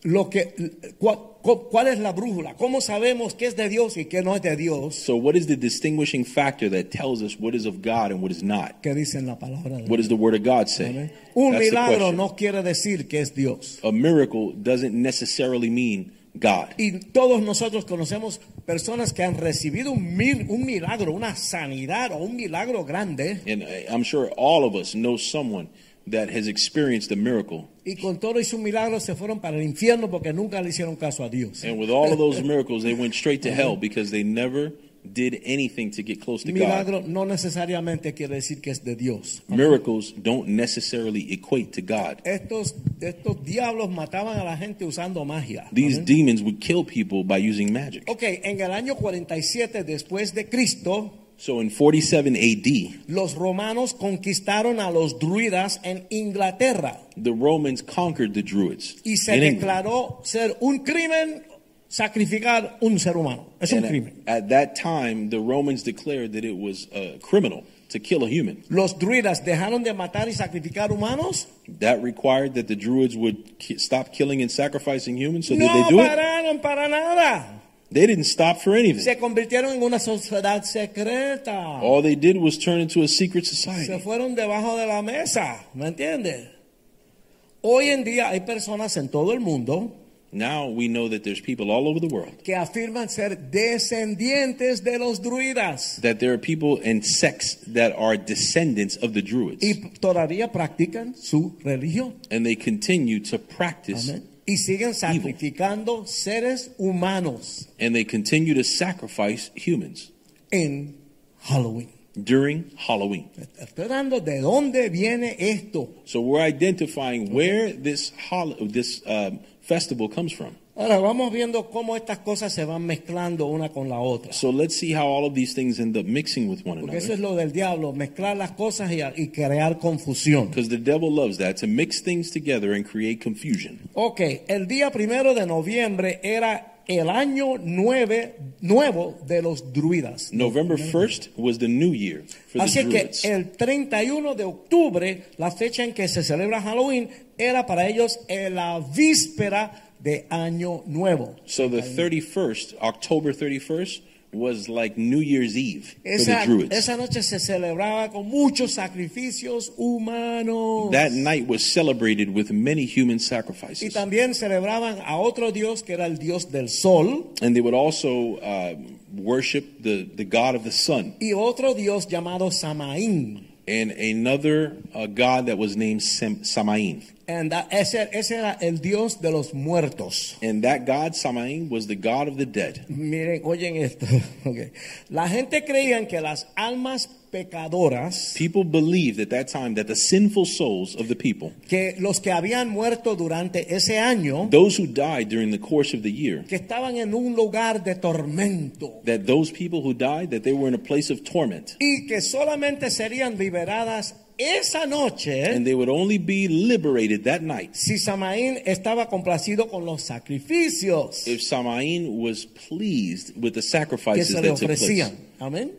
S3: lo que ¿cuál, cu- cuál es la brújula? ¿Cómo sabemos qué es de Dios y qué no es de Dios?
S2: So, what is the distinguishing factor that tells us what is of God and what is not?
S3: ¿Qué dice en la palabra de
S2: What
S3: Dios?
S2: does the Word of God say?
S3: Amén. Un
S2: That's the
S3: milagro
S2: question.
S3: no quiere decir que es Dios.
S2: A miracle doesn't necessarily mean God.
S3: Y todos nosotros conocemos personas que han recibido un, mil- un milagro, una sanidad o un milagro grande.
S2: And I- I'm sure all of us know someone that has experienced a miracle.
S3: Y con todo y sus milagros se fueron para el infierno porque nunca le hicieron caso a Dios.
S2: And with all of those miracles, they went straight to hell because they never did anything to get close to God.
S3: Milagro no necesariamente quiere decir que es de Dios.
S2: Miracles don't necessarily equate to God.
S3: Estos, estos diablos mataban a la gente usando magia.
S2: These
S3: Amén.
S2: demons would kill people by using magic.
S3: Ok, en el año 47 después de Cristo,
S2: So in 47 AD,
S3: los romanos conquistaron a los druidas en Inglaterra
S2: the Romans conquered the Druids.
S3: y se
S2: in England.
S3: declaró ser un crimen sacrificar un ser humano. Es un
S2: And
S3: crimen.
S2: at, at that time, the Romans declared that it was uh, criminal to kill a human.
S3: Los druidas dejaron de matar y sacrificar humanos.
S2: That required that the Druids would ki- stop killing and sacrificing humans. So did
S3: no uh,
S2: they do it?
S3: pararon para nada.
S2: They didn't stop for anything.
S3: Se convirtieron en una sociedad secreta.
S2: All they did was turn into a secret
S3: Se
S2: society.
S3: fueron debajo de la mesa, ¿me entiendes? Hoy en día hay personas en todo el mundo
S2: Now we know that there's people all over the world,
S3: que afirman ser descendientes de los druidas
S2: that there are people and sects that are descendants of the Druids,
S3: y todavía practican su religión.
S2: and they continue to practice
S3: Amén. Y siguen sacrificando seres humanos
S2: and they continue to sacrifice humans
S3: en Halloween.
S2: during Halloween.
S3: Estoy dando de dónde viene esto.
S2: So we're identifying where this hol- this um, festival comes from.
S3: Ahora vamos viendo cómo estas cosas se van mezclando una con la otra.
S2: So let's see how all of these things end up mixing with one
S3: Porque eso es
S2: another.
S3: lo del diablo, mezclar las cosas y, y crear confusión.
S2: Because the devil loves that to mix things together and create confusion.
S3: Ok, el día primero de noviembre era el año nueve, nuevo de los druidas.
S2: November 1st was the new year for the
S3: Así que
S2: Druids.
S3: el 31 de octubre, la fecha en que se celebra Halloween, era para ellos eh, la víspera de Año Nuevo.
S2: So the 31st, October 31st, was like New Year's Eve for the
S3: Esa,
S2: Druids.
S3: esa noche se celebraba con muchos sacrificios humanos.
S2: That night was celebrated with many human
S3: y
S2: sacrifices.
S3: también celebraban a otro dios que era el dios del sol
S2: And they would also uh, worship the, the god of the sun
S3: y otro dios llamado Samaín.
S2: and another uh, god that was named Sem- Samain.
S3: And that- ese, ese era el Dios de los muertos.
S2: And that god, Samain, was the god of the dead.
S3: Miren, oyen esto. Ok. La gente creía que las almas pecadoras,
S2: People believed at that time that the sinful souls of the people,
S3: que los que habían muerto durante ese año,
S2: those who died during the course of the year,
S3: que estaban en un lugar de tormento
S2: that those people who died, that they were in a place of torment.
S3: y que solamente serían liberadas esa noche
S2: And they would only be liberated that night
S3: si Samaín estaba complacido con los sacrificios
S2: if Samain was pleased with
S3: que
S2: the sacrifices
S3: se le
S2: that took place.
S3: ofrecían. Amén.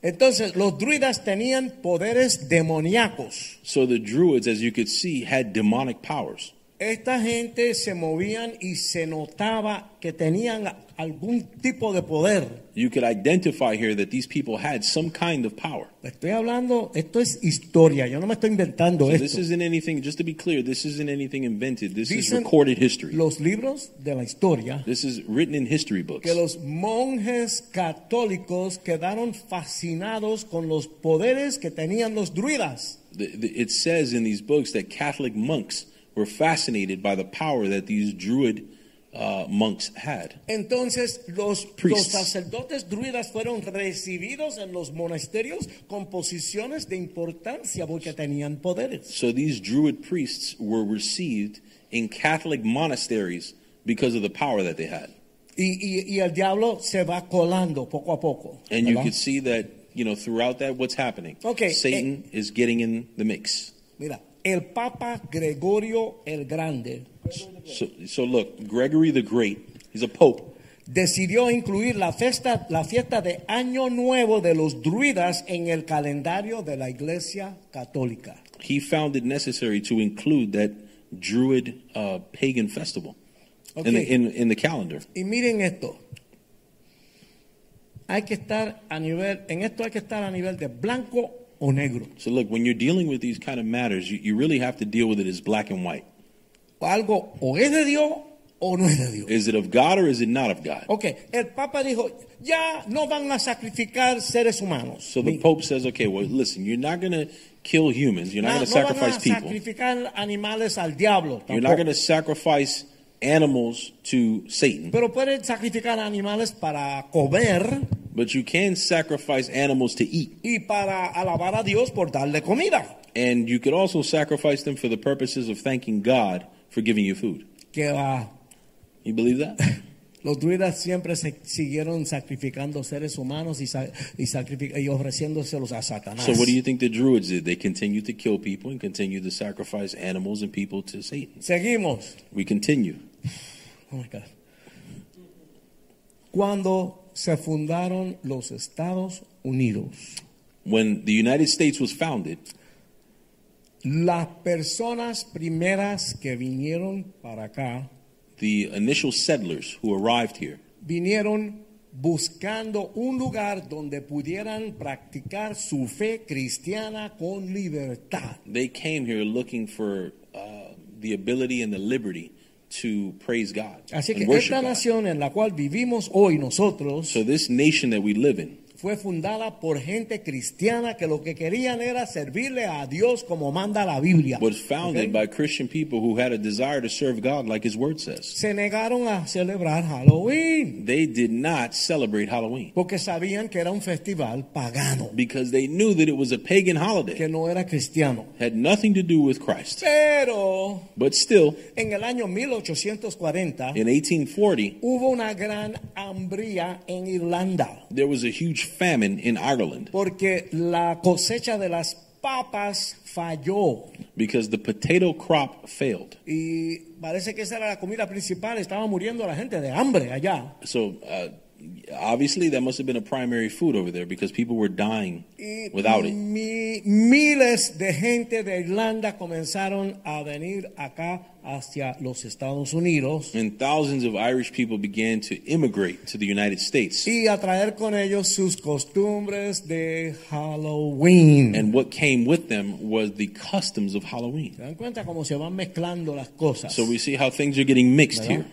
S3: Entonces, los druidas tenían poderes demoníacos.
S2: So the Druids, as you could see, had demonic powers.
S3: Esta gente se movían y se notaba que tenían algún tipo de poder.
S2: You could identify here that these people had some kind of power.
S3: Estoy hablando, esto es historia, yo no me estoy inventando
S2: So this
S3: esto.
S2: isn't anything, just to be clear, this isn't anything invented. This is
S3: Dicen
S2: recorded history.
S3: Los libros de la historia
S2: This is written in history books.
S3: que los monjes católicos quedaron fascinados con los poderes que tenían los druidas.
S2: The- the- It says in these books that Catholic monks were fascinated by the power that these Druid uh, monks had.
S3: Entonces los, los
S2: Priests.
S3: sacerdotes druidas fueron recibidos en los monasterios con posiciones de importancia porque tenían poderes.
S2: So these Druid priests were received in Catholic monasteries because of the power that they had.
S3: Y, y- y el diablo se va colando poco a poco.
S2: And you
S3: ¿verdad?
S2: could see that you know, throughout that, what's happening?
S3: Okay,
S2: Satan is getting in the mix.
S3: Mira, el Papa Gregorio el Grande
S2: So, so look, Gregory the Great, he's a pope.
S3: decidió incluir la fiesta, la fiesta de Año Nuevo de los druidas en el calendario de la Iglesia Católica.
S2: He found it necessary to include that Druid uh, pagan festival in, the,
S3: Okay.
S2: in, in the calendar.
S3: Y miren esto. Hay que estar a nivel, en esto hay que estar a nivel de blanco o negro.
S2: So look, when you're dealing with these kind of matters, you, you really have to deal with it as black and white.
S3: Algo o es de Dios o no es de Dios.
S2: Is it of God or is it not of God?
S3: Ok, el Papa dijo, ya no van a sacrificar seres humanos.
S2: So the
S3: Ni-
S2: Pope says, okay, well, listen, you're not going to kill humans. You're not
S3: na-
S2: going to
S3: no van
S2: sacrifice
S3: a
S2: people.
S3: sacrificar animales al diablo.
S2: You're
S3: tampoco.
S2: not going to sacrifice animals to Satan,
S3: Pero pueden sacrificar animales para comer
S2: but you can sacrifice animals to eat.
S3: y para alabar a Dios por darle comida.
S2: And you could also sacrifice them for the purposes of thanking God for giving you food.
S3: Que va.
S2: You believe that?
S3: Los druidas siempre se siguieron sacrificando seres humanos y, sa- y, sacrific- y ofreciéndoselos a Satanás.
S2: so what do you think the Druids did? They continued to kill people and continued to sacrifice animals and people to Satan.
S3: Seguimos.
S2: We continue.
S3: Oh my God. Cuando se fundaron los Estados Unidos,
S2: When the United States was founded,
S3: las personas primeras que vinieron para acá
S2: the initial settlers who arrived here,
S3: vinieron buscando un lugar donde pudieran practicar su fe cristiana con libertad.
S2: they came here looking for uh, the ability and the liberty to praise God
S3: Así que
S2: and worship
S3: esta
S2: God.
S3: nación en la cual vivimos hoy nosotros
S2: So this nation that we live in,
S3: fue fundada por gente cristiana que lo que querían era servirle a Dios como manda la Biblia.
S2: was founded
S3: ¿Ok?
S2: by Christian people who had a desire to serve God, like His Word says.
S3: Se negaron a celebrar Halloween
S2: They did not celebrate Halloween
S3: porque sabían que era un festival pagano,
S2: because they knew that it was a pagan holiday,
S3: que no era cristiano.
S2: had nothing to do with Christ.
S3: Pero
S2: But still,
S3: en el año 1840
S2: in 1840,
S3: hubo una gran hambría en Irlanda
S2: there was a huge famine in Ireland
S3: porque la cosecha de las papas falló
S2: because the potato crop failed.
S3: y parece que esa era la comida principal, estaba muriendo la gente de hambre allá.
S2: So uh, obviously, that must have been a primary food over there because people were dying
S3: Y
S2: without it.
S3: mi- miles de gente de Irlanda comenzaron a venir acá hacia los Estados Unidos
S2: And thousands of Irish people began to immigrate to the United States.
S3: y a traer con ellos sus costumbres de Halloween.
S2: And what came with them was the customs of Halloween.
S3: ¿Se dan cuenta cómo se van mezclando las cosas?
S2: So we see how things are getting mixed here.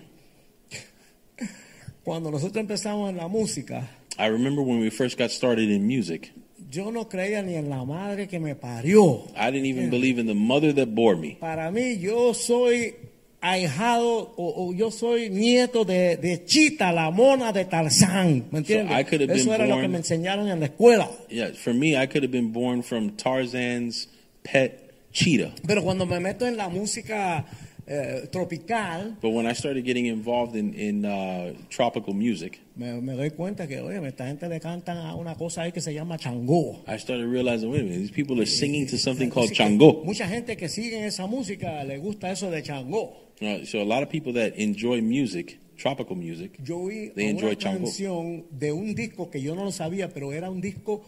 S3: Cuando nosotros empezamos en la música,
S2: I remember when we first got started in music,
S3: yo no creía ni en la madre que me parió.
S2: I didn't even believe in the mother that bore me.
S3: Para mí, yo soy ahijado o, o yo soy nieto de, de Chita, la mona de Tarzán. ¿Me entiendes?
S2: I could have
S3: Eso
S2: been
S3: era lo que
S2: born-
S3: me enseñaron en la escuela.
S2: Yeah, for me, I could have been born from Tarzan's pet cheetah.
S3: Pero cuando me meto en la música eh, tropical,
S2: But when I started getting involved in, in uh, tropical music,
S3: me, me doy cuenta que, oye, esta gente le cantan a una cosa ahí que se llama changó.
S2: I started realizing, wait a minute, these people are singing to something called chango.
S3: Mucha gente que sigue esa música le gusta eso de changó.
S2: Uh, so a lot of people that enjoy music, tropical music,
S3: Yo oí
S2: they
S3: a
S2: enjoy
S3: una
S2: chango.
S3: canción de un disco que yo no lo sabía, pero era un disco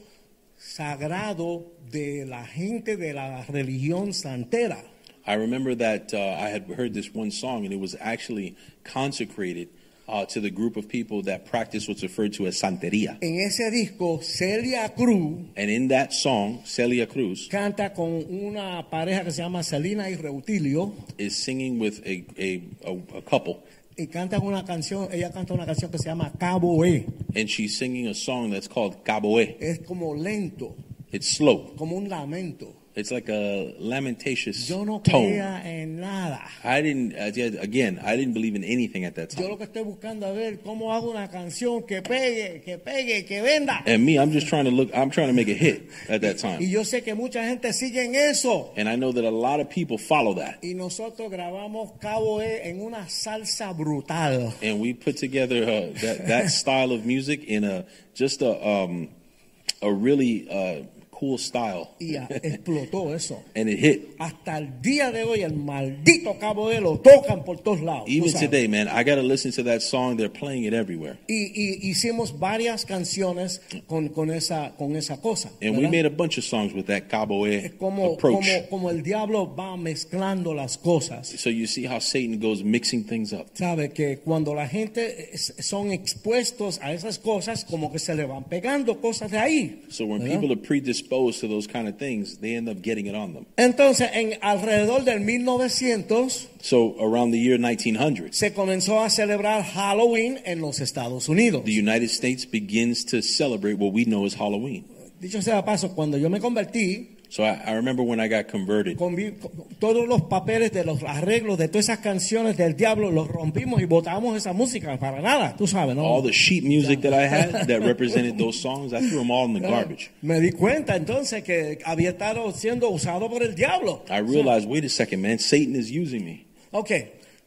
S3: sagrado de la gente de la religión santera.
S2: I remember that uh, I had heard this one song, and it was actually consecrated uh, to the group of people that practice what's referred to as santeria.
S3: En ese disco, Celia Cruz
S2: And in that song, Celia Cruz
S3: canta con una pareja que se llama Selena y Reutilio
S2: is singing with a, a, a, a couple,
S3: y canta una canción, ella canta una canción que se llama Cabo E.
S2: and she's singing a song that's called Caboe.
S3: Es como lento,
S2: It's slow.
S3: como un lamento.
S2: It's like a lamentatious
S3: Yo no
S2: tone.
S3: creía en nada.
S2: I didn't, I did- again, I didn't believe in anything at that
S3: Yo
S2: time.
S3: lo que estoy buscando es ver cómo hago una canción que pegue, que pegue, que venda.
S2: And me, I'm just trying to look, I'm trying to make a hit at that
S3: Y
S2: time.
S3: yo sé que mucha gente sigue en eso.
S2: And I know that a lot of people follow that.
S3: Y nosotros grabamos Cabo E en una salsa brutal.
S2: and we put together uh, that that style of music in a just a um, a really uh, cool style,
S3: Y ah, explotó eso.
S2: and it hit.
S3: Hasta el día de hoy, el maldito Cabo E lo tocan por todos lados. tú
S2: Even
S3: sabes.
S2: today, man, I got to listen to that song. They're playing it everywhere.
S3: Y, y hicimos varias canciones con, con, esa, con esa cosa.
S2: And we
S3: ¿verdad?
S2: made a bunch of songs with that Cabo
S3: Es
S2: Air
S3: como,
S2: approach.
S3: como, como el diablo va mezclando las cosas.
S2: So you see how Satan goes mixing things up.
S3: Sabe que cuando la gente es- son expuestos a esas cosas, como que se le van pegando cosas de ahí.
S2: So when
S3: ¿verdad?
S2: people are predisposed to those kind of things, they end up getting it on them.
S3: Entonces, en alrededor del 1900
S2: So around the year 1900,
S3: se comenzó a celebrar Halloween en los Estados Unidos.
S2: the United States begins to celebrate what we know as Halloween.
S3: Dicho sea de paso, cuando yo me convertí,
S2: So I, I remember when I got converted,
S3: convi- todos los papeles de los arreglos de todas esas canciones del diablo los rompimos y botamos esa música para nada, tú sabes, ¿no?
S2: all the sheet music that I had that represented those songs, I threw them all in the garbage.
S3: Eh, Me di cuenta entonces que había estado siendo usado por el diablo.
S2: I realized, wait a second, man, Satan is using me.
S3: Ok,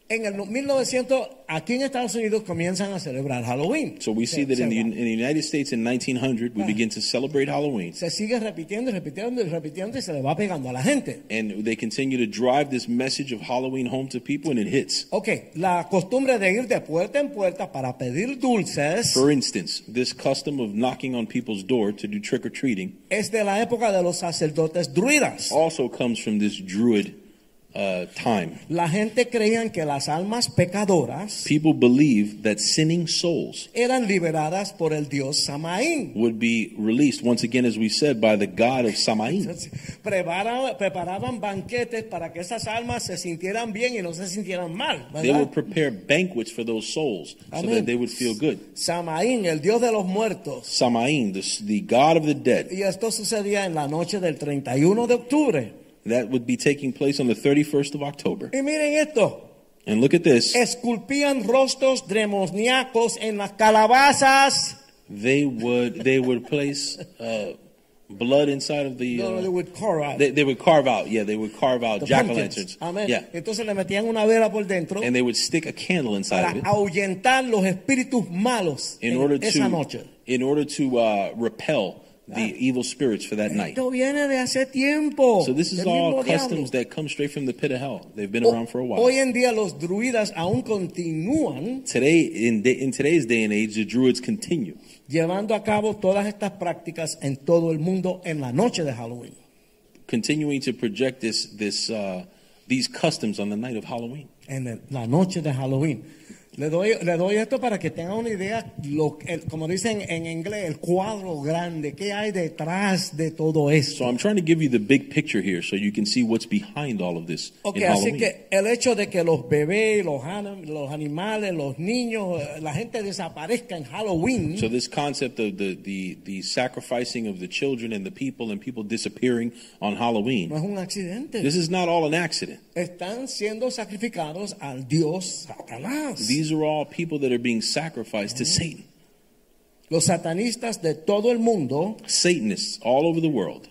S3: en el 1900 aquí en Estados Unidos comienzan a celebrar Halloween.
S2: So we see
S3: Se-
S2: that in the,
S3: se-
S2: in the United States in 1900, we begin to celebrate Halloween.
S3: se sigue repitiendo y repitiendo y repitiendo y se le va pegando a la gente.
S2: And they continue to drive this message of Halloween home to people, and it hits.
S3: Ok, la costumbre de ir de puerta en puerta para pedir dulces
S2: For instance, this custom of knocking on people's door to do trick or treating
S3: es de la época de los sacerdotes druidas.
S2: also comes from this Druid uh, time.
S3: La gente creían que las almas pecadoras
S2: People believe that sinning souls
S3: eran liberadas por el dios Samaín.
S2: would be released, once again, as we said, by the god of Samain.
S3: Entonces, prepara- preparaban banquetes para que esas almas se sintieran bien y no se sintieran mal.
S2: They
S3: ¿verdad?
S2: would prepare banquets for those souls so
S3: Amén.
S2: that they would feel good.
S3: Samaín, el dios de los muertos.
S2: Samain, the, the god of the dead,
S3: Y esto sucedía en la noche del 31 de octubre.
S2: that would be taking place on the 31st of October.
S3: Y miren esto.
S2: And look at this.
S3: Esculpían rostros demoníacos en las calabazas.
S2: they would they would place uh, blood inside of the.
S3: No, no,
S2: Uh,
S3: they would carve out
S2: they, they would carve out, yeah, they would carve out
S3: the
S2: jack o'
S3: pumpkins.
S2: lanterns.
S3: Amén.
S2: Yeah.
S3: Entonces le metían una vela por dentro
S2: And they would stick a candle
S3: para
S2: inside of it
S3: ahuyentar los espíritus malos
S2: in
S3: en
S2: order
S3: esa
S2: to
S3: noche.
S2: in order to uh, repel the evil spirits for that night.
S3: Esto viene de hace tiempo.
S2: So this is
S3: del
S2: all
S3: mismo diablo.
S2: customs that come straight from the pit of hell. They've been
S3: Ho-
S2: around for a
S3: Hoy
S2: while.
S3: en día los druidas aún continúan
S2: Today in da- in today's day and age, the druids continue.
S3: llevando a cabo todas estas prácticas en todo el mundo en la noche de Halloween.
S2: continuing to project this this uh, these customs on the night of Halloween.
S3: En el- la noche de Halloween. Le doy, le doy esto para que tengan una idea, lo- el- como dicen en inglés, el cuadro grande, qué hay detrás de todo
S2: So
S3: esto.
S2: I'm trying to give you the big picture here, so you can see what's behind all of this
S3: Ok,
S2: in
S3: así
S2: Halloween.
S3: que el hecho de que los bebés, los, anim- los animales, los niños, eh, la gente desaparezca en Halloween,
S2: So this concept of the, the the sacrificing of the children and the people and people disappearing on
S3: no
S2: Halloween.
S3: es un accidente.
S2: This is not all an accident.
S3: están siendo sacrificados al dios Satanás.
S2: These are all people that are being sacrificed to Satan.
S3: Los satanistas de todo el mundo
S2: Satanists all over the world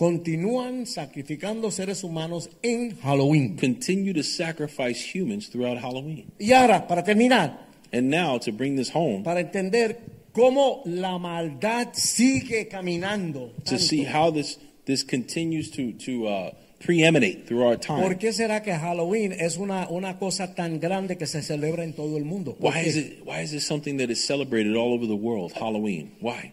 S3: continúan sacrificando seres humanos en Halloween.
S2: continue to sacrifice humans throughout Halloween.
S3: Y ahora, para terminar,
S2: And now to bring this home,
S3: para entender cómo la maldad sigue caminando,
S2: to
S3: tanto,
S2: see how this this continues to to uh, preeminate through our
S3: ¿por
S2: time.
S3: qué será que Halloween es una, una cosa tan grande que se celebra en todo el mundo? ¿Por
S2: Why
S3: qué?
S2: is it why is it something that is celebrated all over the world? Halloween. Why?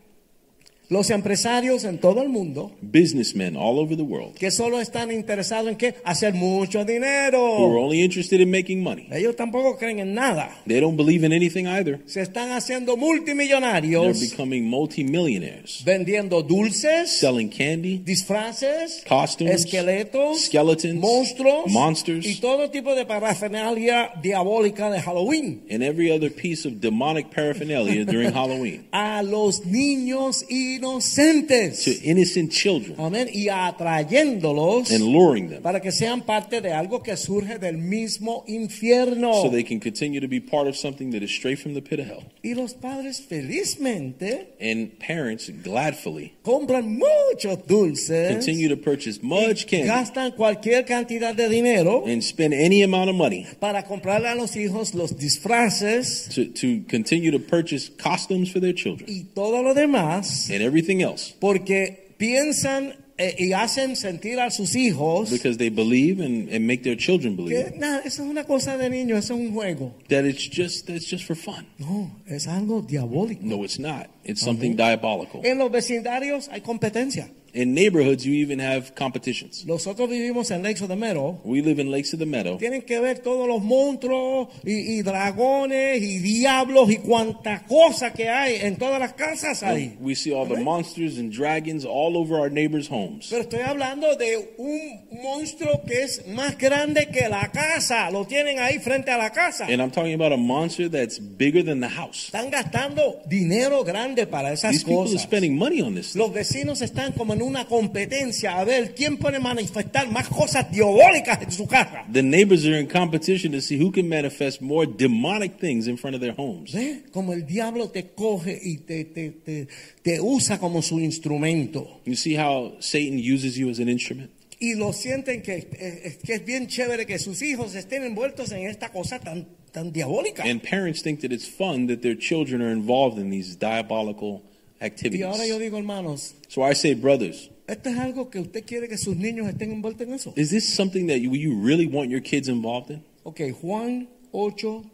S3: Los empresarios en todo el mundo
S2: Businessmen all over the world
S3: que solo están interesados en qué? Hacer mucho
S2: who are
S3: dinero.
S2: only interested in making money.
S3: Ellos tampoco creen en nada.
S2: They don't believe in anything either.
S3: se están haciendo
S2: They're
S3: multimillonarios
S2: becoming multimillionaires,
S3: vendiendo dulces,
S2: selling candy,
S3: disfraces,
S2: costumes,
S3: esqueletos,
S2: skeletons,
S3: monstruos y
S2: monsters,
S3: todo tipo de parafernalia diabólica de Halloween.
S2: and every other piece of demonic paraphernalia during Halloween
S3: A los niños inocentes.
S2: to innocent children
S3: Amén. Y atrayéndolos
S2: and luring them
S3: para que sean parte de algo que surge del mismo infierno.
S2: so they can continue to be part of something that is straight from the pit of hell.
S3: y los padres felizmente
S2: And parents gladfully
S3: compran muchos dulces.
S2: continue to purchase much candy
S3: gastan cualquier cantidad de dinero
S2: and spend any amount of money
S3: para comprarle a los hijos los disfraces
S2: to, to continue to purchase costumes for their children
S3: y todo lo demás
S2: and and everything else
S3: porque piensan eh, y hacen sentir a sus hijos
S2: because they believe and, and make their children
S3: que
S2: believe
S3: nada, eso es una cosa de niño, eso es un juego.
S2: that it's just that's just for fun.
S3: No, es algo diabólico.
S2: No, it's not. It's something
S3: Uh-huh.
S2: diabolical.
S3: En los vecindarios hay competencia.
S2: In neighborhoods, you even have competitions.
S3: Nosotros vivimos en Lexo de Mero.
S2: We live in Lakes of the Meadow.
S3: Tienen que ver todos los monstruos y, y dragones y diablos y cuánta cosa que hay en todas las casas ahí.
S2: We see all the
S3: Amen.
S2: monsters and dragons all over our neighbors' homes.
S3: Pero estoy hablando de un monstruo que es más grande que la casa. Lo tienen ahí frente a la casa.
S2: And I'm talking about a monster that's bigger than the house.
S3: Están gastando dinero grande para esas
S2: These people are
S3: cosas.
S2: spending money on this.
S3: Los vecinos están como en una competencia a ver quién puede manifestar más cosas diabólicas en su casa.
S2: The neighbors are in competition to see who can manifest more demonic things in front of their homes.
S3: ¿Ves? ¿Eh? Como el diablo te coge y te, te, te, te usa como su instrumento.
S2: You see how Satan uses you as an instrument?
S3: Y lo sienten que, eh, que es bien chévere que sus hijos estén envueltos en esta cosa tan, tan diabólica.
S2: And parents think that it's fun that their children are involved in these diabolical
S3: y ahora yo
S2: activities.
S3: digo, hermanos,
S2: So I say, brothers,
S3: ¿esto es algo que usted quiere que sus niños estén envueltos en eso?
S2: is this something that you, you really want your kids involved in?
S3: Ok, Juan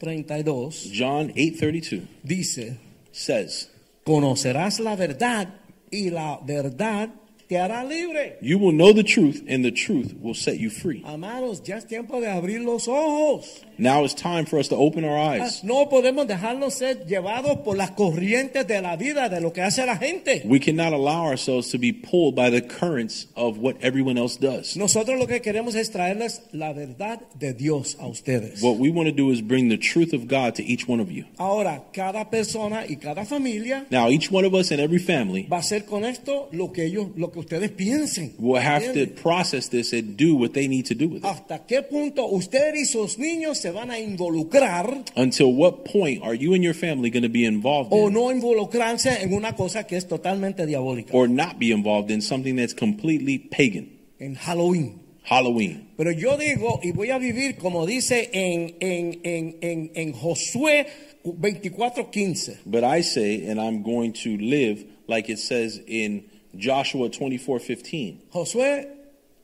S3: 8:32
S2: John 8:32
S3: dice,
S2: says,
S3: conocerás la verdad y la verdad te hará libre.
S2: "You will know the truth, and the truth will set you free."
S3: Amados, ya es tiempo de abrir los ojos.
S2: Now it's time for us to open our
S3: Ah,
S2: eyes.
S3: No podemos dejarnos ser llevados por las corrientes de la vida, de lo que hace la gente.
S2: We cannot allow ourselves to be pulled by the currents of what everyone else does.
S3: Nosotros lo que queremos es traerles la verdad de Dios a ustedes.
S2: What we want to do is bring the truth of God to each one of you.
S3: Ahora, cada persona y cada familia
S2: Now, each one of us and every family
S3: va a hacer con esto lo que ellos, lo que ustedes piensen.
S2: will have to
S3: ¿Entienden?
S2: process this and do what they need to do with it.
S3: ¿Hasta qué punto usted y sus niños se van a involucrar
S2: Until what point are you and your family going to be involved
S3: o
S2: in
S3: Oh, no involucrarse en una cosa que es totalmente diabólica?
S2: or not be involved in something that's completely pagan?
S3: En Halloween.
S2: Halloween.
S3: Pero yo digo, y voy a vivir como dice en, en, en, en, en Josué 24:15.
S2: But I say, and I'm going to live like it says in Joshua 24:15.
S3: Josué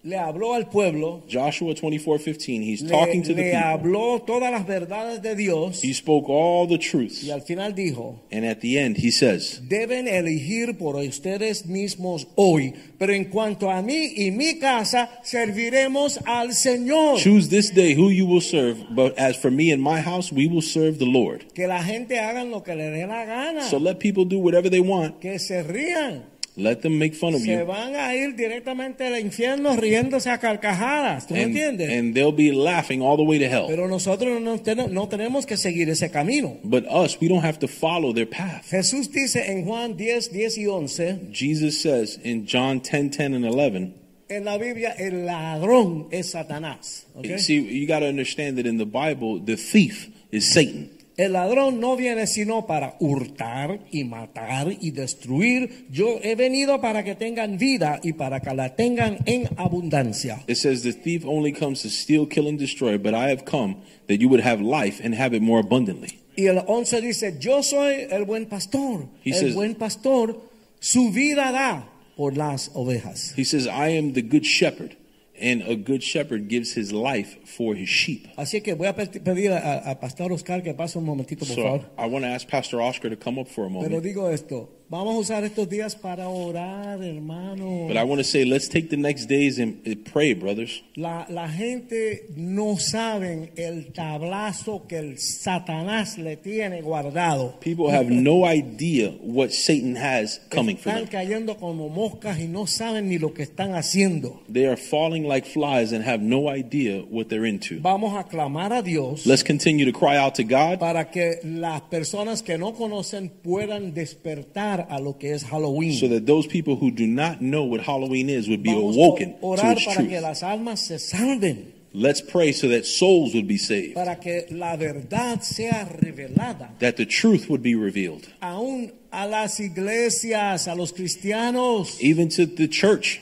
S3: le habló al pueblo
S2: Joshua 24:15. He's
S3: le,
S2: talking to the
S3: le
S2: people.
S3: habló todas las verdades de Dios
S2: He spoke all the truths,
S3: y al final dijo,
S2: and at the end he says,
S3: deben elegir por ustedes mismos hoy, pero en cuanto a mí y mi casa, serviremos al Señor.
S2: Choose this day who you will serve, but as for me and my house, we will serve the Lord.
S3: Que la gente hagan lo que le dé la gana,
S2: So let people do whatever they want.
S3: que se rían.
S2: Let them make fun of
S3: Se
S2: you.
S3: van a ir directamente al infierno riéndose a carcajadas, ¿tú me
S2: And,
S3: entiendes?
S2: and they'll be laughing all the way to hell.
S3: pero nosotros no, ten- no tenemos que seguir ese camino.
S2: But us, we don't have to follow their path.
S3: Jesús dice en Juan 10, 10 y 11,
S2: Jesus says in John 10 10 and 11,
S3: En la Biblia el ladrón es Satanás. ¿ok?
S2: you see, you got to understand that in the Bible, the thief is Satan.
S3: El ladrón no viene sino para hurtar y matar y destruir. Yo he venido para que tengan vida y para que la tengan en abundancia.
S2: It says, The thief only comes to steal, kill, and destroy, but I have come that you would have life and have it more abundantly.
S3: Y el 11 dice, yo soy el buen pastor.
S2: He
S3: el
S2: says-
S3: buen pastor su vida da por las ovejas.
S2: He says, I am the good shepherd, and a good shepherd gives his life for his sheep.
S3: Así que voy a pe- pedir a, a Pastor Oscar que pase un momentito, por
S2: So
S3: favor.
S2: I want to ask Pastor Oscar to come up for a
S3: Pero
S2: moment.
S3: digo esto, vamos a usar estos días para orar, hermano.
S2: But I want to say, let's take the next days and and pray, brothers.
S3: La, la gente no sabe el tablazo que el Satanás le tiene guardado.
S2: People have no idea what Satan has coming for
S3: Están
S2: them.
S3: cayendo como moscas y no saben ni lo que están haciendo.
S2: They are falling like flies and have no idea what they're into.
S3: Vamos a clamar a Dios
S2: Let's continue to cry out to God
S3: para que las personas que no conocen puedan despertar a lo que es Halloween.
S2: so that those people who do not know what Halloween is would be
S3: Vamos
S2: awoken
S3: a
S2: to
S3: orar
S2: its
S3: para que
S2: truth.
S3: las almas se salven,
S2: Let's pray so that souls would be saved,
S3: para que la verdad sea revelada
S2: that the truth would be revealed,
S3: aún a las iglesias, a los cristianos.
S2: even to the church,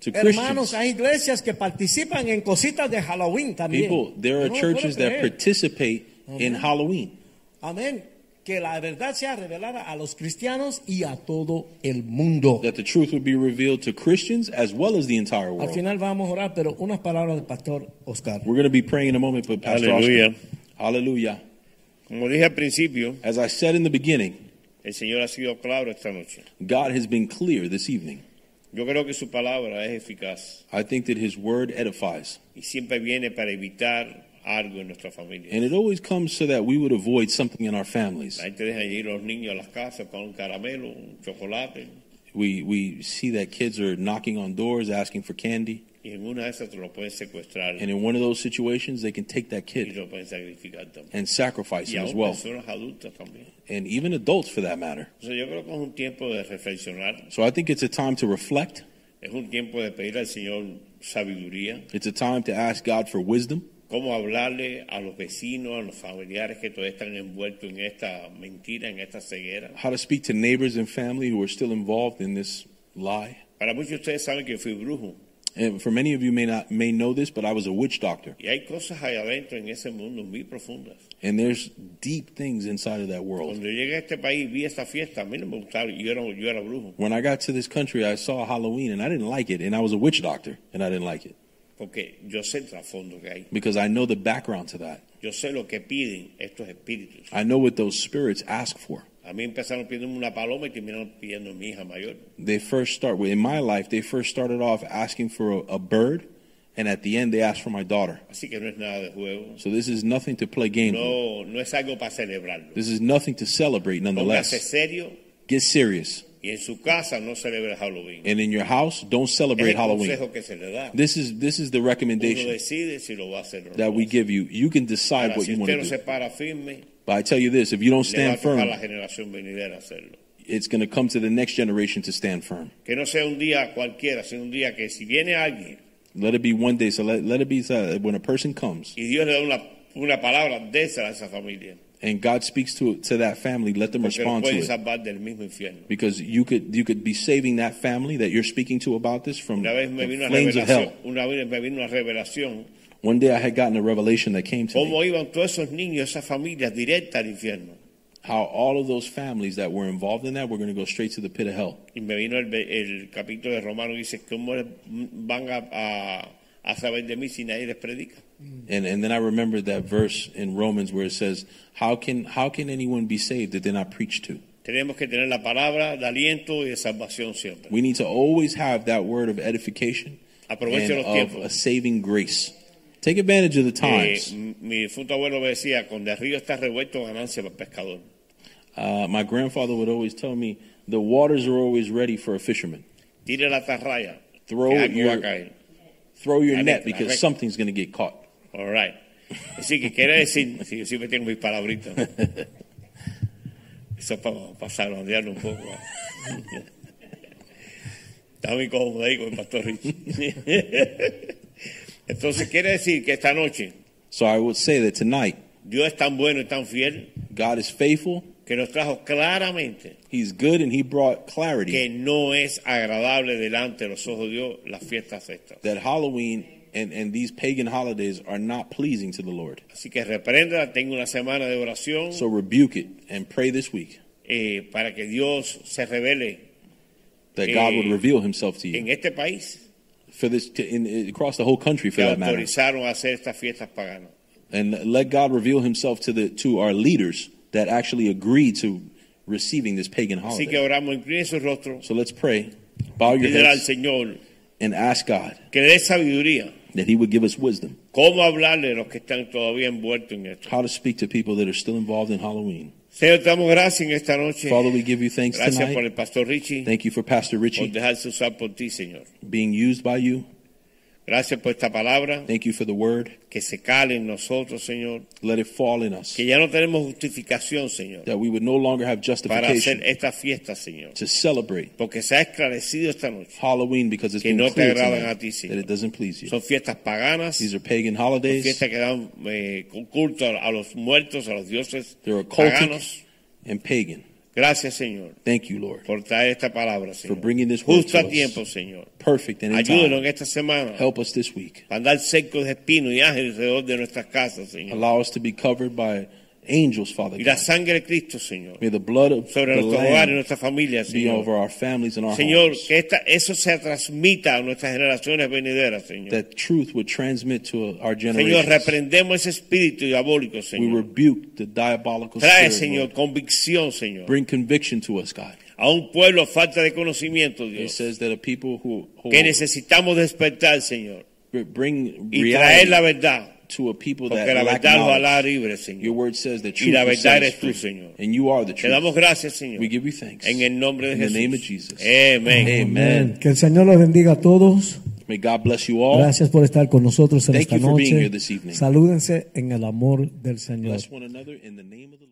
S2: to
S3: Hermanos,
S2: Christians.
S3: hay iglesias que participan en cositas de Halloween también.
S2: People, there
S3: Yo
S2: are
S3: no lo
S2: churches
S3: puedo
S2: that
S3: creer.
S2: participate
S3: Amen.
S2: in Halloween.
S3: Amén. que la verdad sea revelada a los cristianos y a todo el mundo.
S2: that the truth would be revealed to Christians as well as the entire
S3: Al
S2: world.
S3: final vamos a orar, pero unas palabras del pastor Oscar.
S2: We're going to be praying in a moment, but Pastor
S4: Aleluya.
S2: Oscar- Hallelujah.
S4: Como dije al principio,
S2: As I said in the beginning,
S4: el Señor ha sido claro esta noche.
S2: God has been clear this evening.
S4: Yo creo que su palabra es eficaz
S2: I think that His word edifies,
S4: y siempre viene para evitar algo en nuestra familia.
S2: and it always comes so that we would avoid something in our families.
S4: La gente deja ir los niños a las casas para un caramelo, un chocolate,
S2: We we see that kids are knocking on doors asking for candy,
S4: y en una de esas te lo pueden secuestrar
S2: and in one of those situations, they can take that
S4: y
S2: kid
S4: lo pueden sacrificar también.
S2: and sacrifice
S4: Y
S2: him as
S4: aún
S2: well,
S4: personas adultas también.
S2: and even adults for that matter.
S4: Entonces yo creo que es un tiempo de reflexionar,
S2: So I think it's a time to reflect.
S4: es un tiempo de pedir al Señor sabiduría,
S2: It's a time to ask God for wisdom.
S4: cómo hablarle a los vecinos, a los familiares que todavía están envueltos en esta mentira, en esta ceguera.
S2: how to speak to neighbors and family who are still involved in this lie.
S4: Para muchos de ustedes saben que fui brujo
S2: And for many of you may not may know this, but I was a witch doctor,
S4: y hay cosas ahí adentro en ese mundo muy profundas.
S2: and there's deep things inside of that world.
S4: Cuando llegué a este país vi esta fiesta, a mí no me gustaba, yo era, yo era brujo,
S2: When I got to this country, I saw Halloween and I didn't like it, and I was a witch doctor and I didn't like it
S4: porque yo sé el trasfondo que hay,
S2: because I know the background to that.
S4: yo sé lo que piden estos espíritus.
S2: I know what those spirits ask for.
S4: A mí empezaron pidiéndome una paloma y terminaron pidiendo a mi hija mayor.
S2: They first start with in my life. They first started off asking for a, a bird, and at the end, they asked for my daughter.
S4: Así que no es nada de juego.
S2: So this is nothing to play games. with.
S4: No, no es algo para celebrarlo.
S2: This is nothing to celebrate.
S4: Póngase
S2: Nonetheless,
S4: serio
S2: get serious.
S4: y en su casa no celebre Halloween.
S2: and in your house, don't
S4: Es
S2: celebrate
S4: el
S2: Halloween.
S4: consejo que se le da.
S2: This is this is the
S4: Uno
S2: recommendation
S4: decide si lo va a hacer o no.
S2: that we give you. You can decide
S4: Ahora,
S2: what
S4: si
S2: you want
S4: usted
S2: to
S4: no se
S2: do.
S4: para firme,
S2: But I tell you this: if you don't
S4: le va a
S2: stand
S4: tocar a
S2: firm,
S4: la generación venidera hacerlo.
S2: it's going to come to the next generation to stand firm.
S4: Que no sea un día cualquiera, sino un día que si viene alguien
S2: Let it be one day. So let, let it be so that when a person comes
S4: y Dios le da una, una palabra, désela a esa familia.
S2: and God speaks to to that family, let them
S4: Porque lo
S2: respond to
S4: puede
S2: it
S4: salvar del mismo infierno.
S2: because you could you could be saving that family that you're speaking to about this from
S4: Una vez me vino
S2: the
S4: una
S2: flames of hell.
S4: revelación, una vez me vino una revelación,
S2: One day I had gotten a revelation that came to me
S4: cómo iban todos esos niños, esas familias directas al infierno.
S2: how all of those families that were involved in that were going to go straight to the pit of hell.
S4: Y me vino el, ve- el capítulo de Romano y dice, ¿cómo le- van a, a- a saber de mí si nadie les predica?
S2: And and then I remembered that verse in Romans where it says, "How can how can anyone be saved that they're not preached to?"
S4: Tenemos que tener la palabra de aliento y de salvación siempre.
S2: We need to always have that word of edification
S4: Aproveche
S2: and
S4: los
S2: of
S4: tiempos.
S2: a saving grace. Take advantage of the
S4: Eh,
S2: times.
S4: m- mi difunto abuelo me decía, cuando el río está revuelto, ganancia para el pescador.
S2: Uh, my grandfather would always tell me, "The waters are always ready for a fisherman.
S4: Tire la atarraya,
S2: Throw
S4: que algo va a
S2: your
S4: caer.
S2: throw your
S4: I
S2: net
S4: reckon, I
S2: because
S4: reckon.
S2: something's going to get caught."
S4: All right. Así que quiere decir, si yo siempre tengo mis palabritas. Eso es para, para zarandearlo un poco. ¿eh? Está muy cómodo ahí con el pastor Richie. Entonces quiere decir que esta noche
S2: So I would say that tonight,
S4: Dios es tan bueno y tan fiel
S2: God is faithful.
S4: que nos trajo claramente
S2: He's good, and He brought clarity
S4: que no es agradable delante de los ojos de Dios las fiestas estas.
S2: that Halloween and and these pagan holidays are not pleasing to the Lord.
S4: Así que reprenda, tengo una semana de oración
S2: So rebuke it and pray this week
S4: eh, para que Dios se revele
S2: that God would
S4: Eh,
S2: reveal Himself to
S4: en
S2: you
S4: este país.
S2: for this to, in, across the whole country for
S4: que
S2: that matter,
S4: autorizaron a hacer estas fiestas paganas.
S2: Oh, and let God reveal Himself to the to our leaders that actually agree to receiving this pagan
S4: Así que
S2: holiday.
S4: oramos, incline su rostro,
S2: So let's pray, bow your
S4: pídele al
S2: heads,
S4: Señor
S2: and ask God
S4: que le dé sabiduría,
S2: that He would give us wisdom
S4: cómo hablarle a los que están todavía envueltos en esto.
S2: how to speak to people that are still involved in Halloween.
S4: Señor, te damos gracias en esta noche.
S2: Father, we give you thanks
S4: Gracias por
S2: tonight.
S4: el pastor Richie,
S2: Thank you for Pastor
S4: por
S2: Richie
S4: dejarse usar por ti, Señor.
S2: being used by you.
S4: Gracias por esta palabra,
S2: Thank you for the word.
S4: que se cale en nosotros, Señor.
S2: Let it fall in us
S4: Que ya no tenemos justificación, Señor,
S2: that we would no longer have
S4: para hacer e-
S2: justification
S4: estas fiestas, Señor.
S2: to celebrate
S4: Porque se ha esclarecido esta noche.
S2: Halloween because it's
S4: Que
S2: been
S4: no te
S2: clear
S4: agradan
S2: tonight
S4: a ti, Señor.
S2: that it doesn't please you.
S4: Son fiestas paganas,
S2: These are pagan
S4: son
S2: holidays.
S4: fiestas que dan eh, culto a los muertos, a los dioses
S2: They're occultic
S4: paganos.
S2: and pagan.
S4: Gracias, Señor,
S2: Thank you, Lord.
S4: por traer esta palabra, Señor.
S2: For bringing this word to
S4: Justo a
S2: us.
S4: tiempo, Señor.
S2: Perfect and in
S4: Ayúdenos
S2: time.
S4: en esta semana
S2: Help us this week.
S4: a andar secos de espino y ángel alrededor de nuestras casas, Señor.
S2: Allow us to be covered by angels, Father
S4: Y
S2: God.
S4: la sangre de Cristo, Señor,
S2: May the blood of
S4: sobre
S2: the
S4: nuestros hogares,
S2: Lamb
S4: nuestras familias,
S2: be
S4: Señor.
S2: over our families and our
S4: Señor,
S2: homes.
S4: que esta, eso se transmita a nuestras generaciones venideras, Señor.
S2: That truth would transmit to our
S4: Señor,
S2: generations.
S4: reprendemos ese espíritu diabólico,
S2: We
S4: Señor.
S2: rebuke the diabolical
S4: Trae,
S2: spirit.
S4: Señor,
S2: Lord.
S4: convicción, Señor,
S2: Bring conviction to us, God.
S4: a un pueblo falta de conocimiento,
S2: It
S4: Dios,
S2: says that a people who,
S4: que
S2: who
S4: necesitamos despertar, Señor,
S2: bring
S4: y traer la
S2: reality
S4: verdad,
S2: to a people that
S4: porque la
S2: lack
S4: verdad los hará
S2: knowledge. Your
S4: libres, Señor.
S2: word says that
S4: Y
S2: truth
S4: la
S2: will set
S4: verdad
S2: us
S4: eres tú,
S2: free.
S4: Señor.
S2: And you are the
S4: Te
S2: truth.
S4: damos gracias, Señor,
S2: We give you thanks.
S4: en el nombre de
S2: In the name of
S4: Jesús. Eh.
S2: Jesus.
S4: Amén.
S2: Amen.
S3: Que el Señor los bendiga a todos.
S2: May God bless you all.
S3: Gracias por estar con nosotros en
S2: Oh. Thank
S3: esta
S2: you for being
S3: noche.
S2: here this evening.
S3: Salúdense en el amor del Señor.
S2: Bless one another in the name of the Lord.